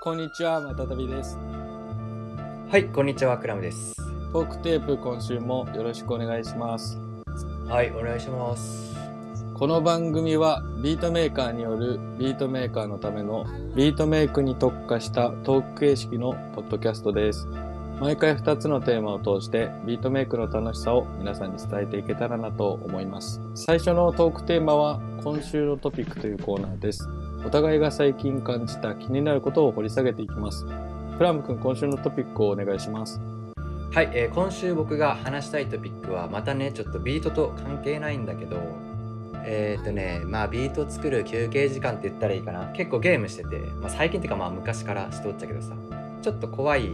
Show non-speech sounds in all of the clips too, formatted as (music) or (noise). こんにちは、またたびです。はい、こんにちは、クラムです。トークテープ今週もよろしくお願いします。はい、お願いします。この番組はビートメーカーによるビートメーカーのためのビートメイクに特化したトーク形式のポッドキャストです。毎回2つのテーマを通してビートメイクの楽しさを皆さんに伝えていけたらなと思います。最初のトークテーマは今週のトピックというコーナーです。お互いが最近感じた気になることを掘り下げていきます。クラム君今週のトピックをお願いします。はい、えー今週僕が話したいトピックは、またね、ちょっとビートと関係ないんだけど、えっ、とね、まあ、ビートを作る休憩時間って言ったらいいかな。結構ゲームしてて、まあ、最近っていうか、まあ、昔からしておったけどさ、ちょっと怖い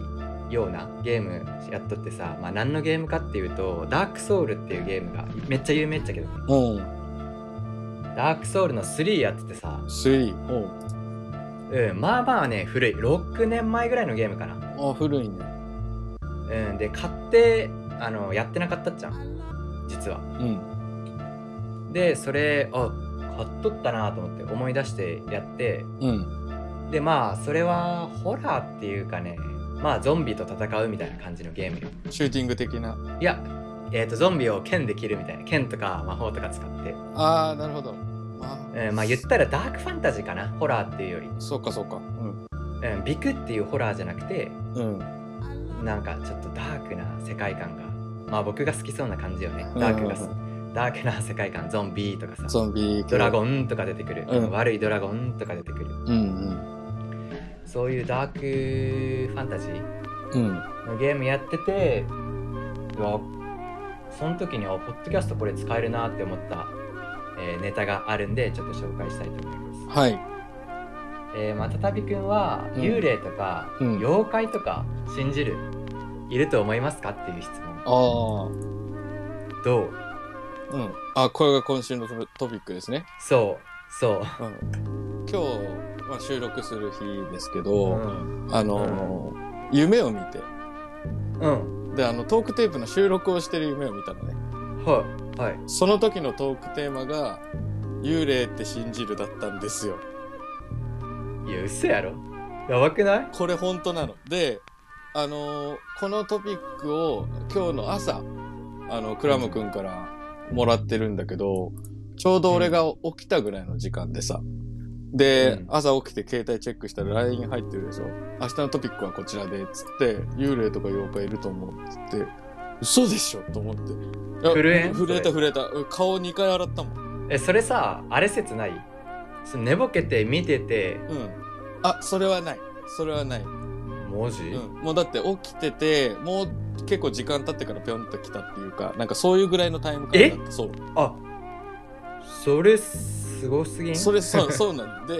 ようなゲームやっとってさ、まあ、何のゲームかっていうと、ダークソウルっていうゲームがめっちゃ有名っちゃけど、うん、ダークソウルの3やっててさ、 3。おううん、まあまあね、古い。6年前ぐらいのゲームかな。あ古いね。うん、で買ってあのやってなかったっちゃん実はうん。でそれあ買っとったなと思って思い出してやってうん。でまあそれはホラーっていうかねまあゾンビと戦うみたいな感じのゲームよシューティング的な。いやえー、とゾンビを剣で切るみたいな剣とか魔法とか使って、ああ、なるほど。あうん、まあ言ったらダークファンタジーかなホラーっていうより、そうかそうか。うん。うん、ビクっていうホラーじゃなくてうん。なんかちょっとダークな世界観がまあ僕が好きそうな感じよねダークがす、うダークな世界観ゾンビとかさゾンビ系ドラゴンとか出てくる、うん悪いドラゴンとか出てくるうんそういうダークファンタジーうん。うん。のゲームやっててうわその時にあポッドキャストこれ使えるなって思った、えーネタがあるんでちょっと紹介したいと思います、はい。えーまたたびくんはうん幽霊とか、うん妖怪とか信じるいると思いますかっていう質問ああ。どううん。あ、これが今週のトピックですね。そうそううん。今日、まあ、収録する日ですけうど、ん、あのー夢を見て、うん、で、あの、トークテープの収録をしてる夢を見たのね。はいはいその時のトークテーマが、幽霊って信じるだったんですよ。いや嘘やろやばくないこれ本当なの。で、あのーこのトピックを今日の朝、あの、クラム君からもらってるんだけど、ちょうど俺が起きたぐらいの時間でさ。で、うん朝起きて携帯チェックしたら LINE 入ってるでしょ。明日のトピックはこちらで、つって、幽霊とか妖怪いると思う、つって、嘘でしょと思って。いや震えん震えたそ震えた。うん顔2回洗ったもん。えそれさあれ説ないその寝ぼけて見ててうん。あ、それはない。それはない。文字、うん、もうだって起きててもう結構時間経ってからぴょんと来たっていうかなんかそういうぐらいのタイム感だったそうあそれすごすぎんそれそうそうなんで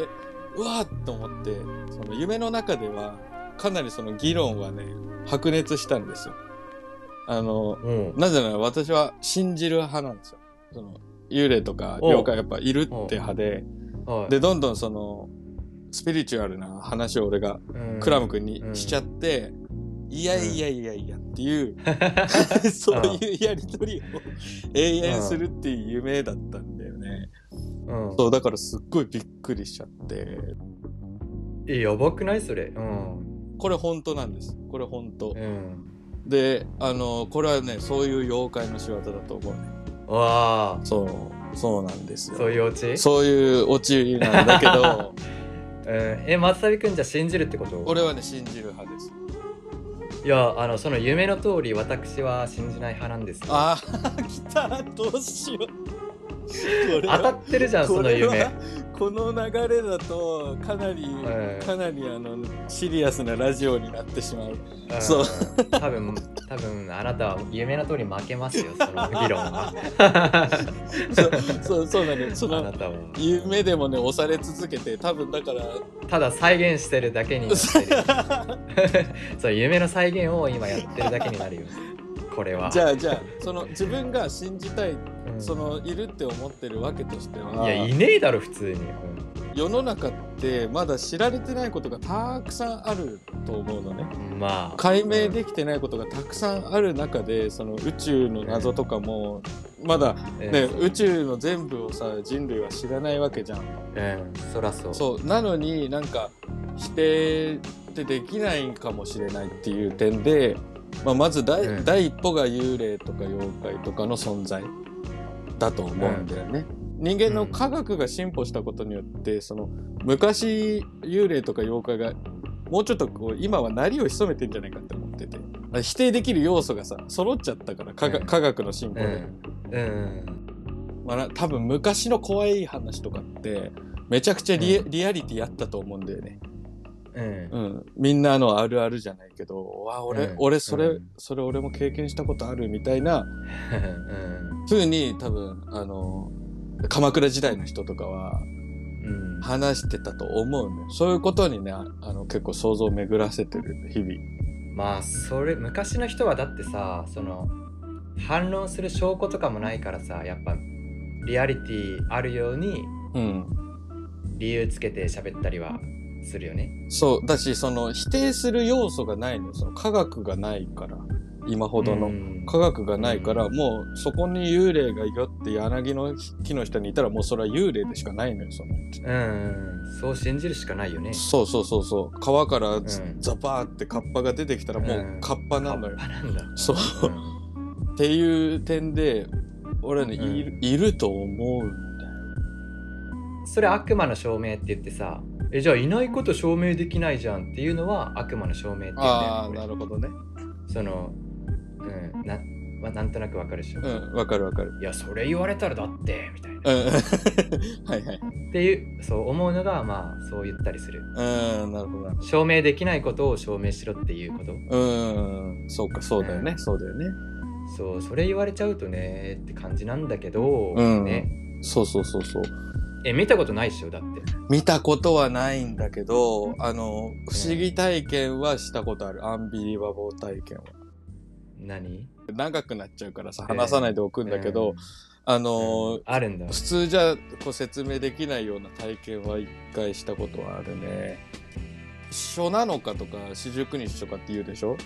うわーっと思ってその夢の中ではかなりその議論はね白熱したんですよあのうんなぜなら私は信じる派なんですよその幽霊とかおう妖怪やっぱいるって派ではいでどんどんそのスピリチュアルな話を俺がうんクラム君にしちゃって、いやいやいやいやっていう、 (laughs) そういうやりとりを永遠するっていう夢だったんだよね。うんそう、だからすっごいびっくりしちゃって。えやばくないそれうんこれ本当なんです。これ本当う。んで、あの、これはね、そういう妖怪の仕業だと思うね。わあそう、そうなんですよ。そういうオチそういうオチなんだけ (laughs) ど、うん、え松旅くんじゃ信じるってこと俺はね、信じる派です。いやあのその夢の通り私は信じない派なんですああ、来たどうしよう。これ当はたってるじゃ (laughs) んそのこれは夢この流れだとかなり、ええかなりあのシリアスなラジオになってしまううんそう多分多分あなたは夢の通り負けますよその議論 (laughs) は (laughs) そうそうそうなのそあなのたは夢でもね押され続けて多分だからただ再現してるだけになって (laughs) るそう夢の再現を今やってるだけになるよこれはじゃあじゃあその自分が信じたいうんそのいるって思ってるわけとしていやいはねえだろ普通に、世の中ってまだ知られてないことがたくさんあると思うのね。うんまあ解明できてないことがたくさんある中でその宇宙の謎とかもまだうんね、うん宇宙の全部をさ人類は知らないわけじゃんうんそらそうそうなのになんか否定ってできないかもしれないっていう点で、まあ、まず第,、うん第一歩が幽霊とか妖怪とかの存在だと思うんだよね。人間の科学が進歩したことによってその昔幽霊とか妖怪がもうちょっとこう今はなりを潜めてんじゃないかって思ってて否定できる要素がさ揃っちゃったから科学,、うん科学の進歩うで、んうんまあな、多分昔の怖い話とかってめちゃくちゃリ,、リアリティあったと思うんだよね。うんうん、みんなのあるあるじゃないけどうわ俺、うん俺それ、うんそれ俺も経験したことあるみたいなうん風に多分あの鎌倉時代の人とかはうん話してたと思うねそういうことにねああの結構想像を巡らせてる日々まあそれ昔の人はだってさその反論する証拠とかもないからさやっぱリアリティあるようにうん理由つけて喋ったりはするよね。そうだしその否定する要素がないのよその科学がないから今ほどの、うん科学がないから、もうそこに幽霊がいよって柳の木の下にいたらもうそれは幽霊でしかないのよそのうん、そう信じるしかないよね。そうそうそうそう川からずうんザバーってカッパが出てきたらもううんカッパなのよ、あなんだ。そううんっていう点で俺はね、うんいるいると思うんだよそれ悪魔の証明って言ってさ、えじゃあいないこと証明できないじゃんっていうのは悪魔の証明って言うんだあよあなねこるほどねれ。その、うん、な、まあ、なんとなくわかるでしょ。うんわかるわかるいやそれ言われたらだってみたいな。うん (laughs) はいはいっていうそう思うのがまあそう言ったりするうんなるほどなるほ証明できないことを証明しろっていうことどうんそうかそうだよね、うんそうだよねそうそれ言われちゃうとねって感じなんだけど、うんねそうそうそうそうえ見たことないっしょだって見たことはないんだけどあの不思議体験はしたことある、アンビリバボー体験は何長くなっちゃうからさええ話さないでおくんだけど、、あえーのうんあるんだ普通じゃこう説明できないような体験は一回したことはあるね初7日とか四十九日とかって言うでしょ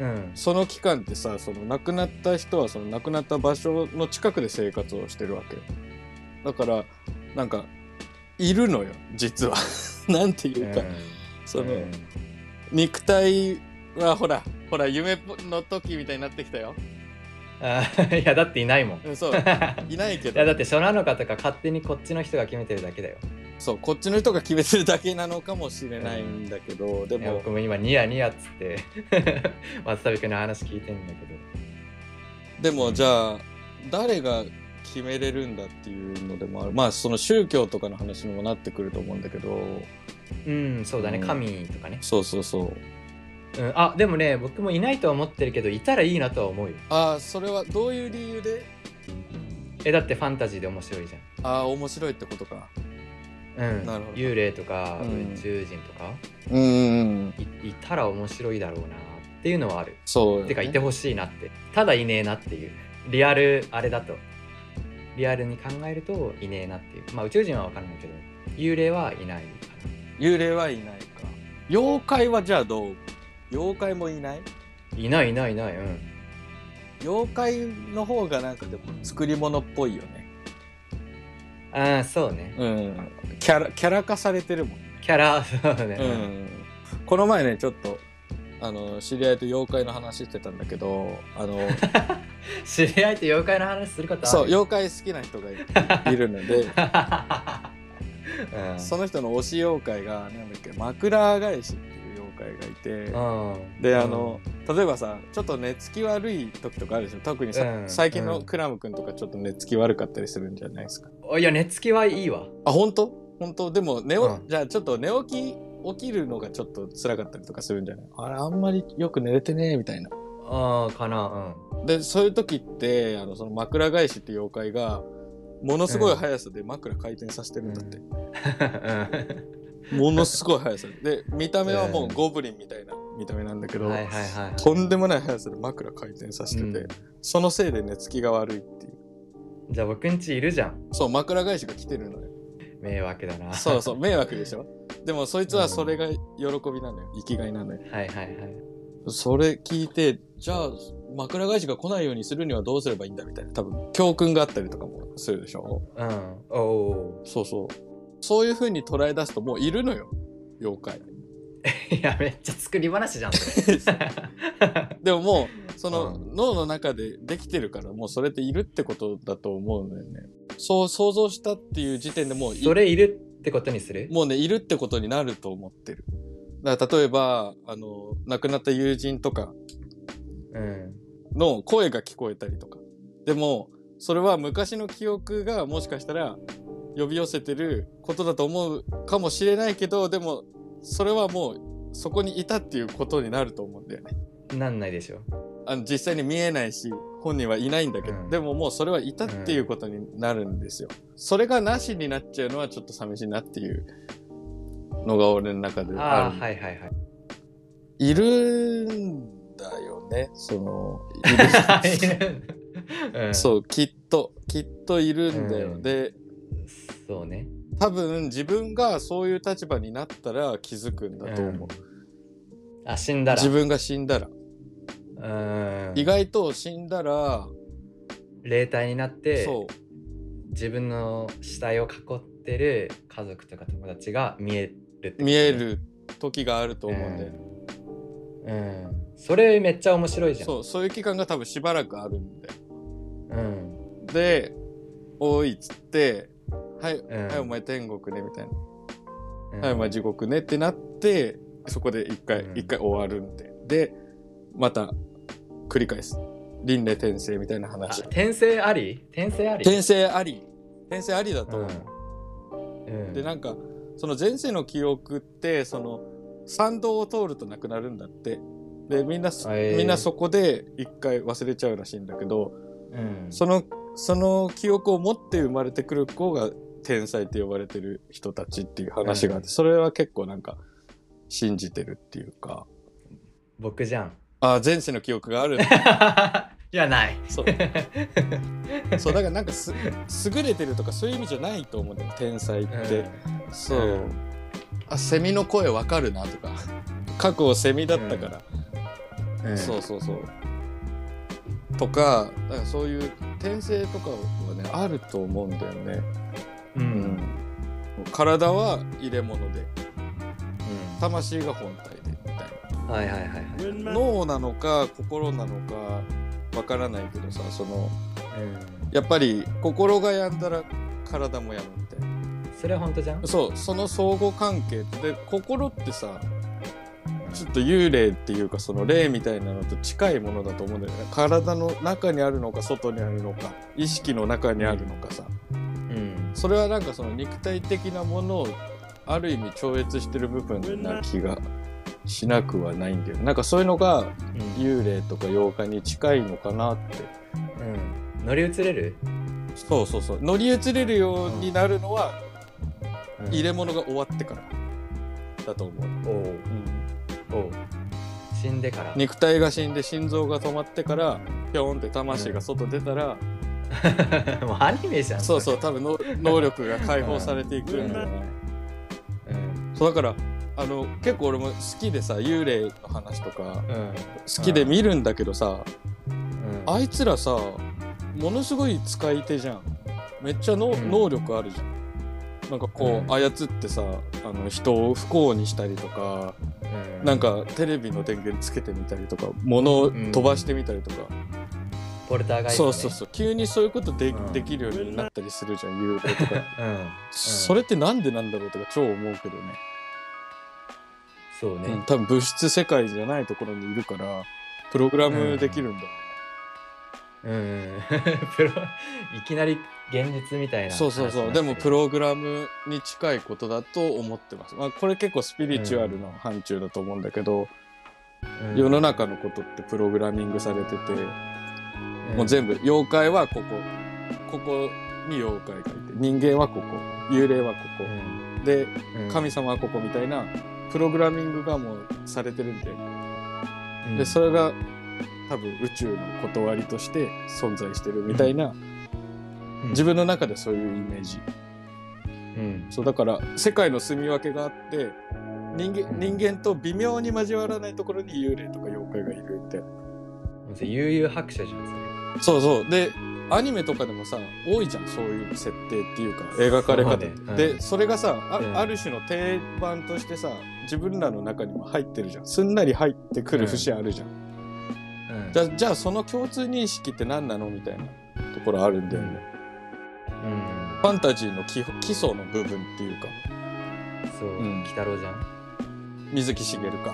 うんその期間ってさその亡くなった人はその亡くなった場所の近くで生活をしてるわけだからなんかいるのよ実は (laughs) なんていうか、うんその、うん肉体はほらほら夢の時みたいになってきたよ、あいやだっていないもん (laughs) うん、そういいないけどやだって初なのかとか勝手にこっちの人が決めてるだけだよそうこっちの人が決めてるだけなのかもしれないんだけど、でいやも僕も今ニヤニヤっつって (laughs) 松旅君の話聞いてんだけどでもじゃあ誰が決めれるんだっていうのでもあるまあその宗教とかの話にもなってくると思うんだけどうんそうだねうん神とかねそうそうそううん、あでもね僕もいないとは思ってるけどいたらいいなとは思うよああそれはどういう理由でえだってファンタジーで面白いじああ面白いってことかゃん、うん、なるほど幽霊とかうん宇宙人とか、うんうんいいたら面白いだろうなっていうのはあるそうよね、てかいてほしいなってただいねえなっていうリアルあれだとリアルに考えるといねえなっていうまあ宇宙人は分かんないけど幽霊はいないか幽霊はいないか妖怪はじゃあどう妖怪もいないないないいないいないうん妖怪の方がなんかでも作り物っぽいよねああそうねうんキャラキャラ化されてるもんキャラそうね、この前ねちょっとあの知り合いと妖怪の話してたんだけどあ (laughs) の知り合いと妖怪の話することあるそう妖怪好きな人がいいるの (laughs) で (laughs) うんその人の推し妖怪がなんだっけ枕返しっていう妖怪がいて。うんであの、例えばさちょっと寝つき悪い時とかあるでしょ特にさ、うん最近のうんクラム君とかちょっと寝つき悪かったりするんじゃないですかうんいや寝つきはいいわあ本当本当でも寝お、うんじゃあちょっと寝起き起きるのがちょっと辛かったりとかするんじゃないあれあんまりよく寝れてねえみたいなああ (laughs) かなでそういう時ってあのその枕返しっていう妖怪がものすごい速さで枕回転させてるんだって、ものすごい速さでで見た目はもうゴブリンみたいな見た目なんだけうど、んはいはいはいとんでもない速さで枕回転させてて、そのせいで寝つきが悪いっていううんじゃあ僕んちいるじゃんそう枕返しが来てるのよ迷惑だなそうそう迷惑でしょでもそいつはそれが喜びなのよ生きがいなのよ (laughs) はいはいはいそれ聞いてじゃあ枕返しが来ないようにするにはどうすればいいんだみたいな多分教訓があったりとかもするでしょうんおおそうそう。そういう風に捉え出すともういるのよ、妖怪。いやめっちゃ作り話じゃんそれでももうそのう脳の中でできてるからもうそれっているってことだと思うんだよねそう想像したっていう (laughs) 時点でもういそれいるってことにするもうねいるってことになると思ってるだから例えばあの亡くなった友人とかうんの声が聞こえたりとかでもそれは昔の記憶がもしかしたら呼び寄せてることだと思うかもしれないけどでもそれはもうそこにいたっていうことになると思うんだよねなんないでしょあの実際に見えないし本人はいないんだけど、うんでももうそれはいたっていうことになるんですよ、それがなしになっちゃうのはちょっと寂しいなっていうのが俺の中でああるあはいはいはいいるんだよねそのい (laughs) うん (laughs) るそうきっときっといるんだよ、うんでそうね多分自分がそういう立場になったら気づくんだと思う、あ死んだら自分が死んだら、うん意外と死んだら、霊体になってそう自分の死体を囲ってる家族とか友達が見えるってこと見える時があると思うんだよね、うん、うんそれめっちゃ面白いじゃんそうそういう期間が多分しばらくあるんでうんで「おい」っつって「はい、うんはいお前天国ね」みたいな「うんはいお前地獄ね」ってなってそこで一回うん一、回終わるんででまた繰り返す輪廻転生みたいなあ話転生あり転生あり転生あり転生ありだと思う、うんうんでなんかその前世の記憶ってその参道を通るとなくなるんだってでみんなそ、へーみんなそこで一回忘れちゃうらしいんだけど、うんそのその記憶を持って生まれてくる子が天才って呼ばれてる人たちっていう話があって、うんそれは結構なんか信じてるっていうか僕じ (laughs) ゃんあー前世の記憶があるじゃないそう (laughs) そうだからなんかす優れてるとかそういう意味じゃないと思うんだよ天才って、そう、うんあセミの声わかるなとか過去セミだったから、うんそうそうそうとかだからそういう転生とかはねあると思うんだよねうん、うん体は入れ物で魂が本体でみたいはいはいはいはい、な脳なのか心なのかわからないけどさそのうん、やっぱり心が病んだら体も病むみたいなそれは本当じゃんそうその相互関係ってで心ってさちょっと幽霊っていうかその霊みたいなのと近いものだと思うんだよね体の中にあるのか外にあるのか意識の中にあるのかさうんそれはなんかその肉体的なものをある意味超越してる部分な気がしなくはないんだよなんかそういうのがうん幽霊とか妖怪に近いのかなってうん、乗り移れる、そうそうそう乗り移れるようになるのはうん入れ物が終わってからだと思う、おうおう死んでから肉体が死んで心臓が止まってかうらんピョンって魂が外出たら、 (laughs) もうアニメじゃんそうそうれ多分の能力が解放されていくんだよね、うんそうだからあの結構俺も好きでさ幽霊の話とかうん好きで見るんだけどさ、うんあいつらさものすごい使い手じゃんめっちゃの、うん能力あるじゃんなんかこうう操ってさ、あの人を不幸にしたりとか、うなんかテレビの電源つけてみたりとか物を飛ばしてみたりとか、ポルターガイスそトね、うそうそう急にそういうことで,、うんできるようになったりするじゃん幽霊とか、 (laughs) うん、うん、それってなんでなんだろうとか超思うけどね、そうね、うん多分物質世界じゃないところにいるからプログラムできるんだろうね、うん、 (laughs) プロいきなり現実みたいなそうそうそうでもプロログラムに近いことだと思ってます、まあ、これ結構スピリチュアルの範疇だと思うんだけど、世の中のことってプログラミングされてて、もう全部妖怪はここここに妖怪がいて人間はここ幽霊はこ部こ、で神様、様はここみたいなプログラミングがもうされてるんで,、うんでそれが多分宇宙の断りとして存在してるみたいな、うん自分の中でそういうイメージうんそうだから世界の住み分けがあって人間人間と微妙に交わらないところに幽霊とか妖怪がいるみたいなもうそれ悠々白書じゃんそれそうそうでアニメとかでもさ多いじゃんそういう設定っていうか描かれ方、そうねうんでそれがさあ,、うんある種の定番としてさ自分らの中にも入ってるじゃんすんなり入ってくる節あるじゃん、うんじゃじゃあその共通認識って何なのみたいなところあるんだよね、うんファンタジーの基本基礎の部分っていうかそう、うん鬼太郎じゃん、水木しげるか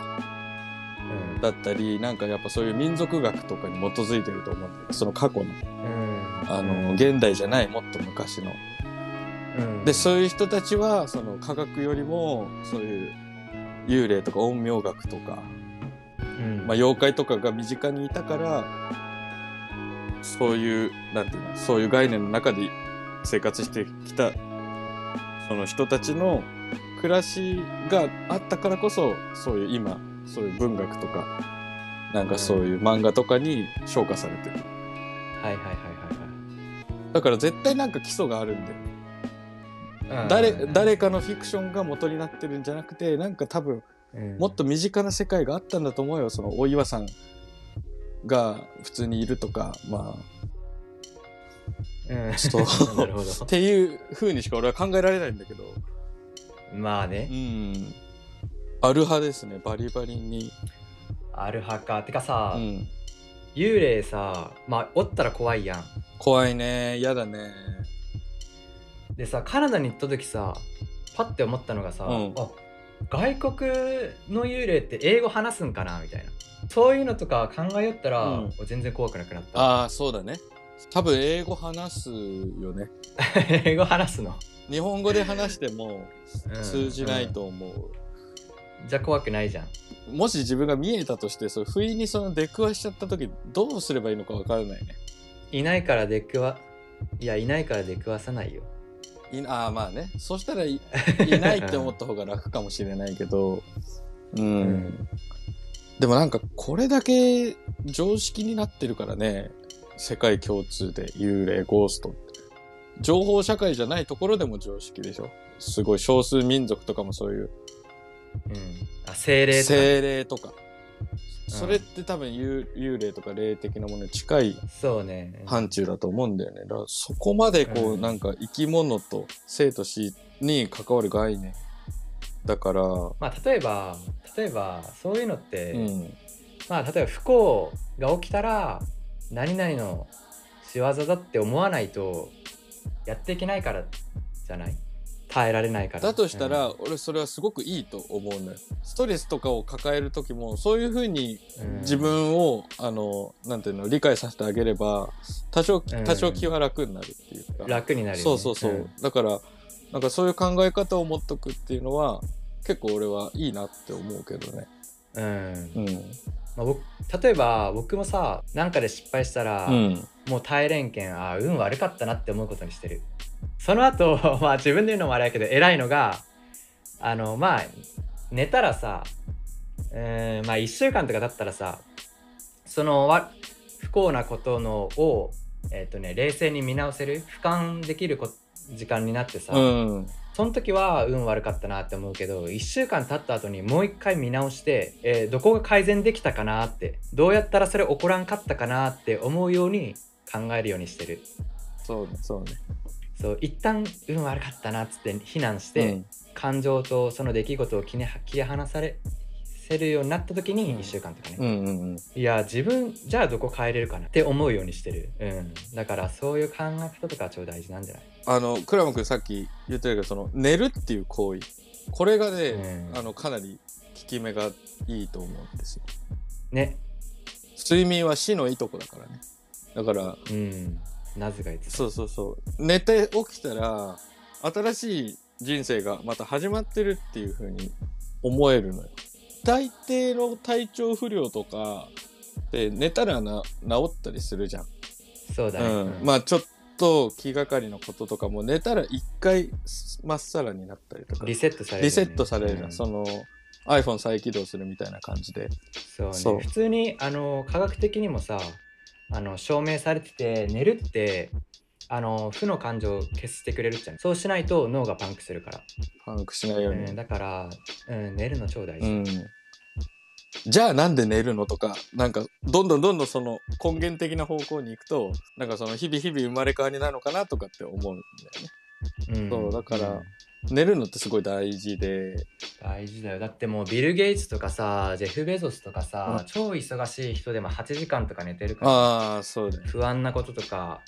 うんだったりなんかやっぱそういう民族学とかに基づいてると思うんだよその過去のうんあの現代じゃないもっと昔のうんでそういう人たちはその科学よりもそういう幽霊とか陰陽学とか、うんまあ、妖怪とかが身近にいたからそういうなんていうのそういう概念の中で生活してきたその人たちの暮らしがあったからこそそういう今そういう文学とかなんかそういう漫画とかに昇華されてるはいはいはいだから絶対なんか基礎があるんだよはいはい誰うん誰かのフィクションが元になってるんじゃなくてなんか多分うんもっと身近な世界があったんだと思うよその大岩さんが普通にいるとかまうんあちょっと (laughs) (laughs) なるほっどていう風にしか俺は考えられないんだけどまあうねんアル派ですねバリバリに、アルハかてかさ、うん、幽霊さまあおったら怖いやん怖いね嫌だねでさカナダに行った時さパッて思ったのがさ、うんあ外国の幽霊って英語話すんかなみたいなそういうのとか考えよったら、うん全然怖くなくなったああそうだね多分英語話すよね英語話すの、日本語で話してもうん通じない、と思う、うんじゃ怖くないじゃんもし自分が見えたとしてそれ不意にその出くわしちゃった時どうすればいいのかわからないねいないから出くわいやいないから出くわさないよいああまあねそしたらいいないって思った方が楽かもしれないけどうん、 (laughs) うんでもなんかこれだけ常識になってるからね世界共通で幽霊ゴーストって情報社会じゃないところでも常識でしょすごい少数民族とかもそういううんあ精霊とか精霊とかうんそれって多分幽幽霊とか霊的なものに近いそうね範疇だと思うんだよね。だからそこまでこううんなんか生き物と生と死に関わる概念だから、うまあ例えば例えばそういうのって、ん、まあ例えば不幸が起きたら何々の仕業だって思わないとやっていけないからじゃない耐えられないからだとしたうらん俺それはすごくいいと思うのよ。ストレスとかを抱える時もそういうふうにうん自分を、あのなんていうの理解させてあげれば多少うん多少気は楽になるっていうか、楽になるよねそうそうそう、んだからなんかそういう考え方を持っとくっていうのは結構俺はいいなって思うけどね。うんうんまあ、僕例えば僕もさなんかで失敗したら、うんもう耐えれんけんああ運悪かったなって思うことにしてるその後 (laughs) まあ自分で言うのもあれやけど偉いのがあのまあ寝たらさうーんまあ1週間とか経ったらさそのわ不幸なことのをえっ、とね冷静に見直せる俯瞰できるこ時間になってさ、うんその時は運悪かったなって思うけど1週間経った後にもう一回見直して、えーどこが改善できたかなってどうやったらそれ起こらんかったかなって思うように考えるようにしてるそうねそうね。そう一旦運悪かったなっつって非難して、うん感情とその出来事を切り切り離されせるようになった時にうん1週間とかね、うんうんうん、いや自分じゃあどこ変えれるかなって思うようにしてる、うん、だからそういう考え方とか超大事なんじゃない、あのクラム君さっき言ってるけどその寝るっていう行為これがね、うんあのかなり効き目がいいと思うんですよね睡眠は死のいとこだからねだからうんなぜか言ってたそうそうそう寝て起きたら新しい人生がまた始まってるっていう風に思えるのよ大抵の体調不良とかで寝たらな治ったりするじゃんそうだね、うんうんまあちょっと気がかりのこととかも寝たら一回まっさらになったりとかリセットされるよね、リセットされるじゃん、うんその iPhone 再起動するみたいな感じでそうねそう普通にあの科学的にもさあの証明されてて寝るってあの負の感情を消してくれるじゃんそうしないと脳がパンクするから、パンクしないように、うんだから、うん、寝るの超大う事、んじゃあなんで寝るのとかなんかどんどんどんどんその根源的な方向に行くとなんかその日々日々生まれ変わりなのかなとかって思うんだよね。うんそうだから寝るのってすごい大事で大事だよだってもうビル・ゲイツとかさジェフ・ベゾスとかさ、うん超忙しい人でも8時間とか寝てるからああそうだよ不安なこととか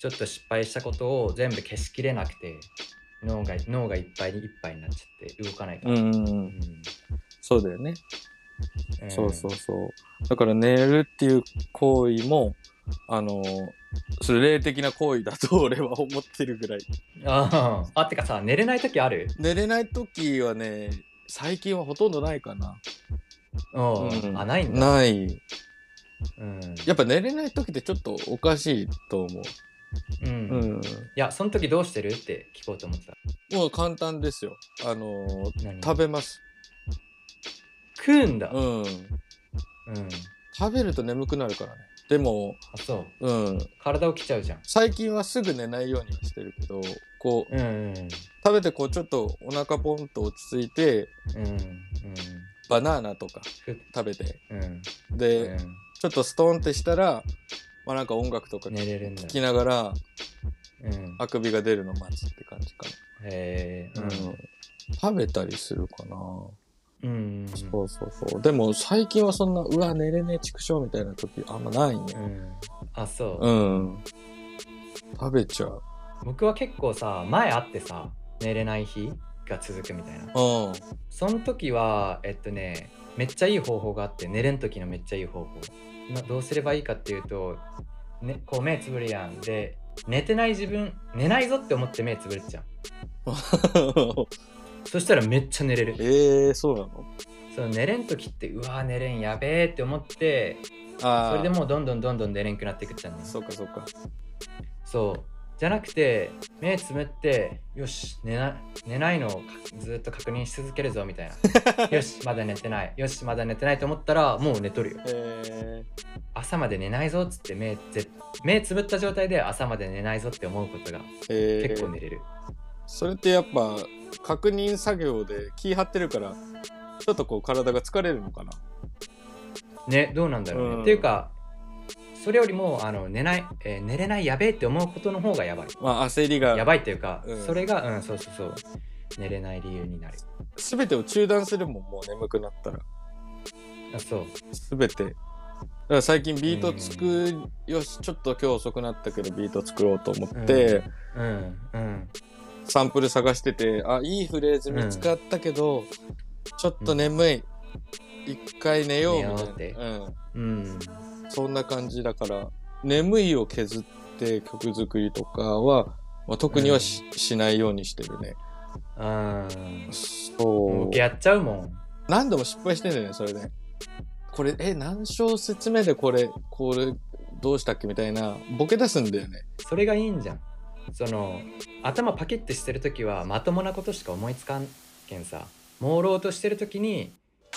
ちょっと失敗したことを全部消しきれなくて脳が脳がいっぱいにいっぱいになっちゃって動かないから、うんうんううんそうだよね、んそうそうそうだから寝るっていう行為もあのそれ霊的な行為だと俺は思ってるぐらいあーあてかさ寝れない時ある寝れない時はね最近はほとんどないかな、うん、あないんだ、ないうんやっぱ寝れない時ってちょっとおかしいと思う、ううんいん、やその時どうしてるって聞こうと思ってたもう簡単ですよあの何食べます食うんだ、ううんん食べると眠くなるからねでもあそううん体起きちゃうじゃん最近はすぐ寝ないようにはしてるけどこううんうん食べてこうちょっとお腹ポンと落ち着いてうんうんバナナとかふ食べてうんで、うんちょっとストーンってしたらまあなんか音楽とか聴寝れるんだきながらうんあくびが出るの待つって感じかへえな、うん食べたりするかな、うんうんそうそうそうでも最近はそんなうわ寝れねえ畜生みたいな時あんまないねうんあそう、うん食べちゃう僕は結構さ前あってさ寝れない日が続くみたいなうん (laughs) その時はえっとねめっちゃいい方法があって寝れん時のめっちゃいい方法などうすればいいかっていうと、ね、こう目つぶるやんで寝てない自分寝ないぞって思って目つぶるじゃんそしたらめっちゃ寝れるええそうなのその寝れん時ってうわー寝れんやべえって思ってああそれでもうどんどんどんどん寝れんくなっていくじゃんねそうかそうかそうじゃなくて目つむってよし寝な寝ないのをかずっと確認し続けるぞみたいなよしまだ寝てないよしまだ寝てないと思ったらもう寝とるよえ朝まで寝ないぞっつって目ぜ目つぶった状態で朝まで寝ないぞって思うことがー、えー結構寝れる、それってやっぱ確認作業で気張ってるからちょっとこう体が疲れるのかなねどうなんだろうね、うんっていうかそれよりもあの寝ない、えー寝れないやべえって思うことの方がやばいまあ焦りがやばいっていうか、うんそれがうんそうそうそう寝れない理由になる全てを中断するもんもう眠くなったらあそう全てだから最近ビート作るよしちょっと今日遅くなったけどビート作ろうと思って、うんうんサンプル探しててあいいフレーズ見つかったけど、ちょっと眠い一回寝ようみ寝ようたいな、うん、うんそんな感じだから眠いを削って曲作りとかは、まあ、特にはし,、しないようにしてるねうん。もそううやっちゃうもん。何度も失敗してんだよねそれでこれえ何小節目でこれこれどうしたっけみたいなボケ出すんだよねそれがいいんじゃん。その頭パキッてしてる時はまともなことしか思いつかんけんさ朦朧としてる時に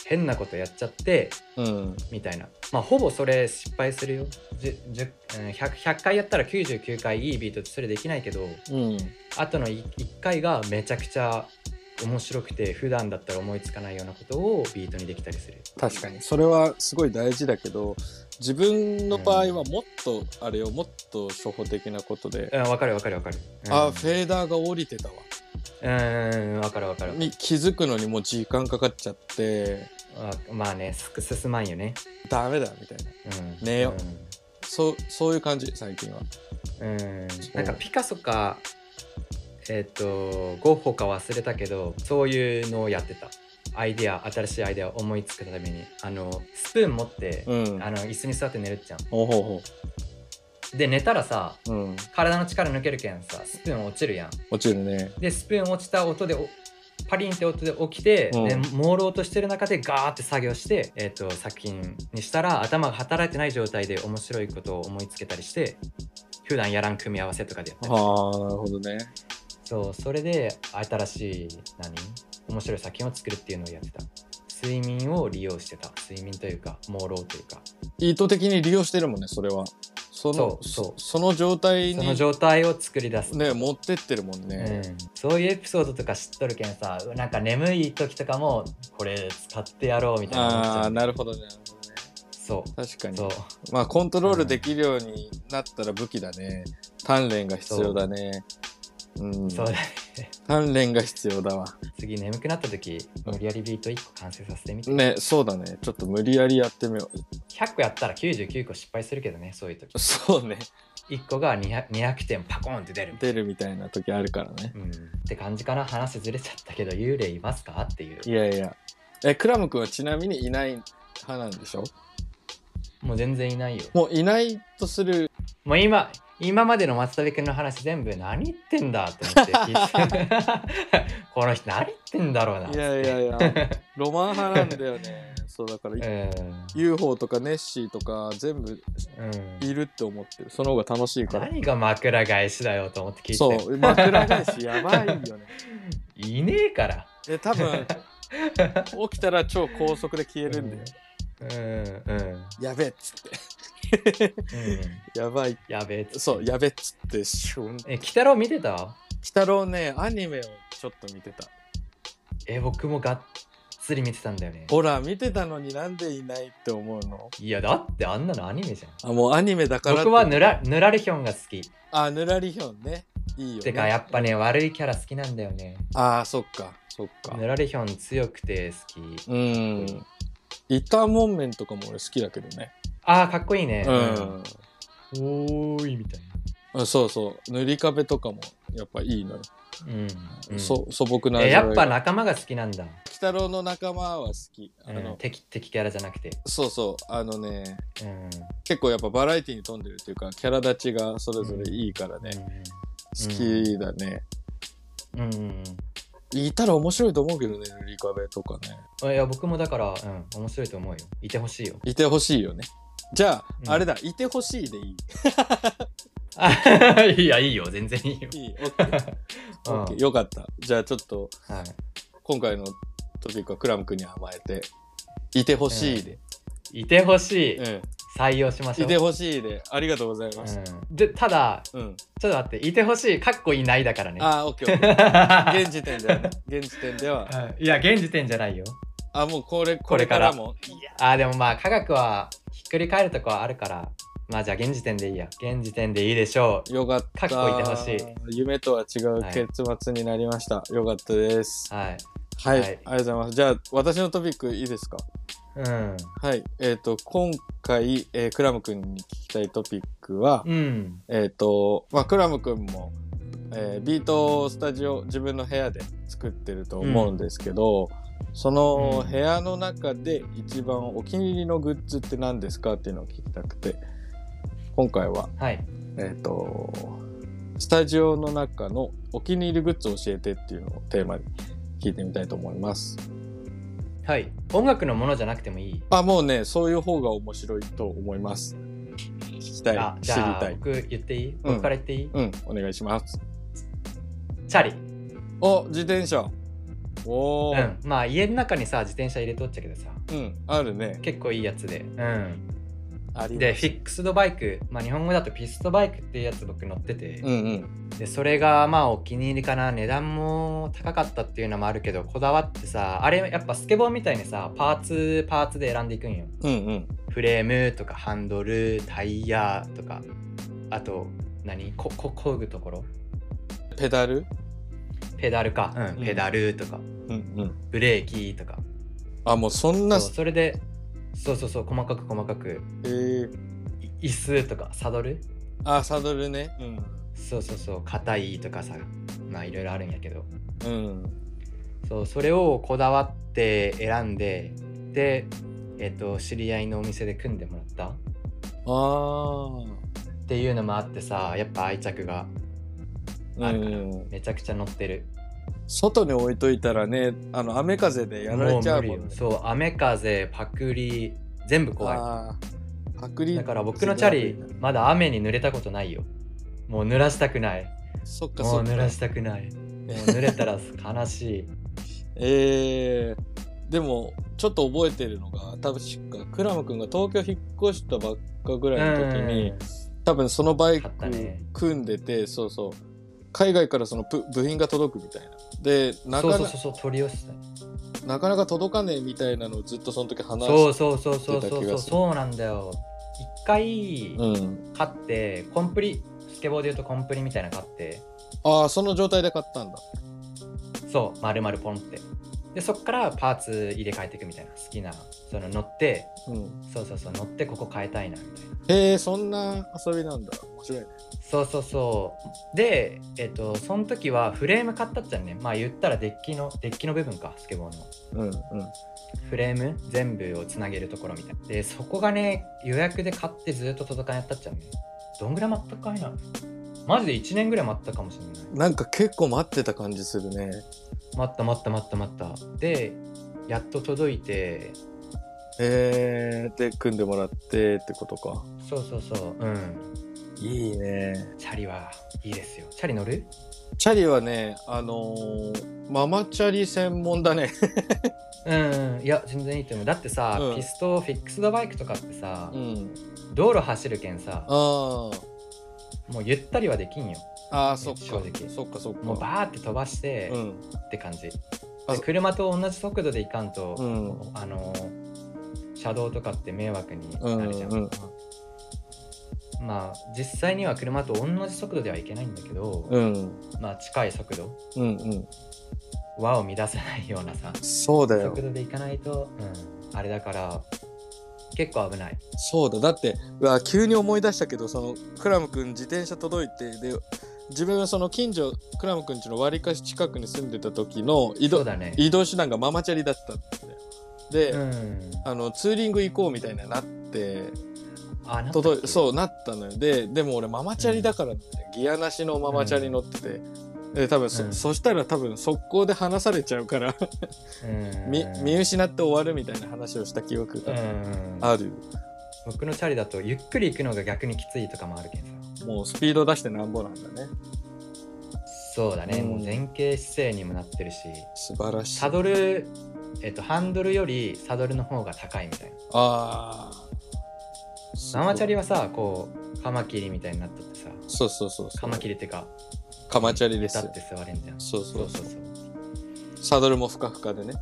変なことやっちゃってうんみたいなまあほぼそれ失敗するよじゅじゅうん 100, 100回やったら99回いいビートってそれできないけどうんあとのい1回がめちゃくちゃ面白くて普段だったら思いつかないようなことをビートにできたりする確かにそれはすごい大事だけど自分の場合はもっとあれよもっと初歩的なことで、うんわかるわかるわかる、うん、あフェーダーが降りてたわうんうんわかるわかるに気づくのにもう時間かかっちゃってあまあねす進まんよね、ダメだみたいなうん、ねよそうそういう感じ最近はうん、うんなんかピカソかえっ、とゴッホか忘れたけどそういうのをやってたアイデア新しいアイデアを思いつくためにあのスプーン持って、うんあの椅子に座って寝るじゃほうほうほんで寝たらさううん体の力抜けるけんさスプーン落ちるやん落ちるねでスプーン落ちた音でおパリンって音で起きて、うんで朦朧としてる中でガーって作業して、えっと作品にしたら頭が働いてない状態で面白いことを思いつけたりして普段やらん組み合わせとかでやったりはあなるほどねそうそれで新しい何面白い作品を作るっていうのをやってた睡眠を利用してた睡眠というか朦朧というか意図的に利用してるもんねそれはそのそうそうその状態そにの状態を作り出す、ね持ってってるもんうね、ん、そういうエピソードとか知っとるけんさなんか眠い時とかもこれ使ってやろうみたいなああなるほどねなるほどねそ確かうにそうまあコントロールできるようになったら武器だね鍛錬が必要だねうんそうだね鍛錬が必要だわ次眠くなった時無理やりビート1個完成させてみてねそうだねちょっと無理やりやってみよ100個やったら99個失敗するけどねそういう時うそうね1個が 200, 200点パコーンって出るみたい出るみたいな時あるからねな、うん、って感じかな話ずれちゃったけど幽霊いますかっていういやいやえクラム君はちなみにいない派なんでしょもう全然いないよもういないとするもう今今までの松田君の話全部何言ってんだと思って聞い (laughs) てこの人何言ってんだろうなっつっいてやいやい (laughs) やロマン派なんだよねそうだから、UFO とかネッシーとか全部うん、うんいるって思ってるその方が楽しいから何が枕返しだよと思って聞いてそう枕返しやばい (laughs) よねいねえからえ多分起きたら超高速で消えるんだよ、うんうん、うんやべえっつってやばいやべえつそうやべっつってシュンえ鬼太郎見てた鬼太郎ねアニメをちょっと見てたえ僕もがっつり見てたんだよねほら見てたのになんでいないって思うのいやだってあんなのアニメじゃんあもうアニメだからって僕はぬらぬらるひょんが好きあぬらりひょんねいいよ、ね、てかやっぱね悪いキャラ好きなんだよねあーそっかそっかぬらるひょん強くて好きうんイタモンメンとかも俺好きだけどねあーかっこいいねうん、おーいみたいあそうそう塗り壁とかもやっぱいいのよ、なうん、うん、そ素朴なえやっぱな仲間が好きなんだ、鬼太郎の仲間は好きあうの、ん、敵敵キャラじゃなくてそうそうあのねうん結構やっぱバラエティに富んでるっていうかキャラ立ちがそれぞれいいからね、好きだね、うんうんうんいたら面白いと思うけどね塗り壁とかねうんいや僕もだから、うん、面白いと思うよいてほしい (laughs) よいてほしいよねじゃあ、うんあれだいてほしいでいいあいやいいよ全然いいよ、いいオッケー (laughs) うんオッケーよかったじゃあちょっとはい今回のトピックはクラム君に甘えていてほしいで、いてほしい、うん採用しましょいうてほしいでありがとうございます、うん、でただうんちょっと待っていてほしいかっこいないだからね (laughs) ああオッケーオッケー現時点ではね現時点ではうんいや現時点じゃないよあもうこれこれからもあでもまあ科学はひっくり返るとこはあるからまあじゃあ現時点でいいや現時点でいいでしょよかったかっこいてほしい夢とは違う結末になりました、よかったですうはいはい、はいありがとうございますじゃあ私のトピックいいですかうんはいえっ、と今回、えークラム君に聞きたいトピックは、うんえっ、とまあクラム君も、えービートスタジオ自分の部屋で作ってると思うんですけど、そのうん部屋の中で一番お気に入りのグッズって何ですかっていうのを聞きたくて今回ははいえっ、と、スタジオの中のお気に入りグッズを教えてっていうのをテーマに聞いてみたいと思います。はい音楽のものじゃなくてもいい、あ、もうね、そういう方が面白いと思います。聞きたあい、じ知りゃたあい。僕言っていい、僕から言っていい、うん、お願いします。チャリお、自転車。おうー、んまあ家の中にさ自転車入れとっちゃけどさうん、あるね。結構いいやつでうんありますでフィックスドバイクまあ日本語だとピストバイクっていうやつ僕乗ってて、うんうん。でそれがまあお気に入りかな値段も高かったっていうのもあるけどこだわってさあれやっぱスケボーみたいにさパーツパーツで選んでいくんようんうん。フレームとかハンドルタイヤとかあと何こここぐところペダルペダルか、ううんん、ペダルとかうんうん。ブレーキとかあ、もうそんそなう、それでそうそうそう細かく細かくえー、い椅子とかサドルあ、サドルね。うん。そうそうそう硬いとかさまあいろいろあるんやけどうん。そうそれをこだわって選んでで、えっと知り合いのお店で組んでもらったっあー。ていうのもあってさやっぱ愛着がうあるからん、めちゃくちゃ乗ってる外に置いといたらねあの雨風でやられちゃうもんう無ね理よそう雨風パクリ全部怖あーパクいリだから僕のチャリまだ雨に濡れたことないよもう濡らしたくないそっかもそうっ濡らかしたくないもう濡れたら悲しいえー、でもちょっと覚えてるのが確かクラム君が東京引っ越したばっかぐらいの時に、うん多分そのバイク買ったね組んでて、そうそう。海外からその部部品が届くみたいな。で、なかそうなそうそうそう取り寄せたなかなか届かねえみたいなのをずっとその時話そうしそうそうそう出たそ気うがそうするそうなんだよ一回うん。買ってコンプリスケボーでいうとコンプリみたいなの買ってああ、その状態で買ったんだ。そう丸々ポンってでそっからパーツ入れ替えていくみたいな好きなその乗ってうん。そうそうそう乗ってここ変えたいなみたいなへえ、そんな遊びなんだ。面白いね。そうそうそうでえっ、とその時はフレーム買ったっちゃねまあ言ったらデッキのデッキの部分かスケボーのうんうん。フレーム全部をつなげるところみたいなでそこがね予約で買ってずっと届かなかったっちゃねどんぐらい待ったかいなマジで1年ぐらい待ったかもしれないなんか結構待ってた感じするね。待った待った待った待ったでやっと届いてへえ、で、組んでもらってってことか。そうそうそううんいいね。チャリはいいですよチャリ乗るチャリはね、あのーママチャリ専門だね。うんいや全然いいと思うだってさ、うんピストフィックスドバイクとかってさ、ん。道路走るけんさあーもうゆったりはできんよあー、そっか正直。そっかそっか。もうバーって飛ばしてうん。って感じ、あで車と同じ速度で行かんと、うん。あの車道とかって迷惑にうんなるじゃん、うんまあ実際には車と同じ速度ではいけないんだけど、うん。まあ近い速度うんうん。和を乱さないようなさそうだよ速。度で行かないと、うん、あれだから結構危ないそうだ。だって、うわ、急に思い出したけど、その、クラム君自転車届いて、で、自分はその近所、クラム君家の割りかし近くに住んでた時の移そう動、だね移動手段がママチャリだったんだよ。で、うんあの、ツーリング行こうみたいななって、あなんだっけ届いそうなったのよででも俺ママチャリだから、ねギアなしのママチャリ乗ってて、で多分そ,、うんそしたら多分速攻で離されちゃうからうん見見失って終わるみたいな話をした記憶うがんある、僕のチャリだとゆっくり行くのが逆にきついとかもあるけんさもうスピード出してなんぼなんだねそうだね、うんもう前傾姿勢にもなってるし素晴らしいサドル、えっとハンドルよりサドルの方が高いみたいなああママチャリははさこうカマキリみたいになっとってさそうそうそうそカうマキリってかカマチャリで立すっよて座れんじゃんそうそうそうそうサドルもふかふかでね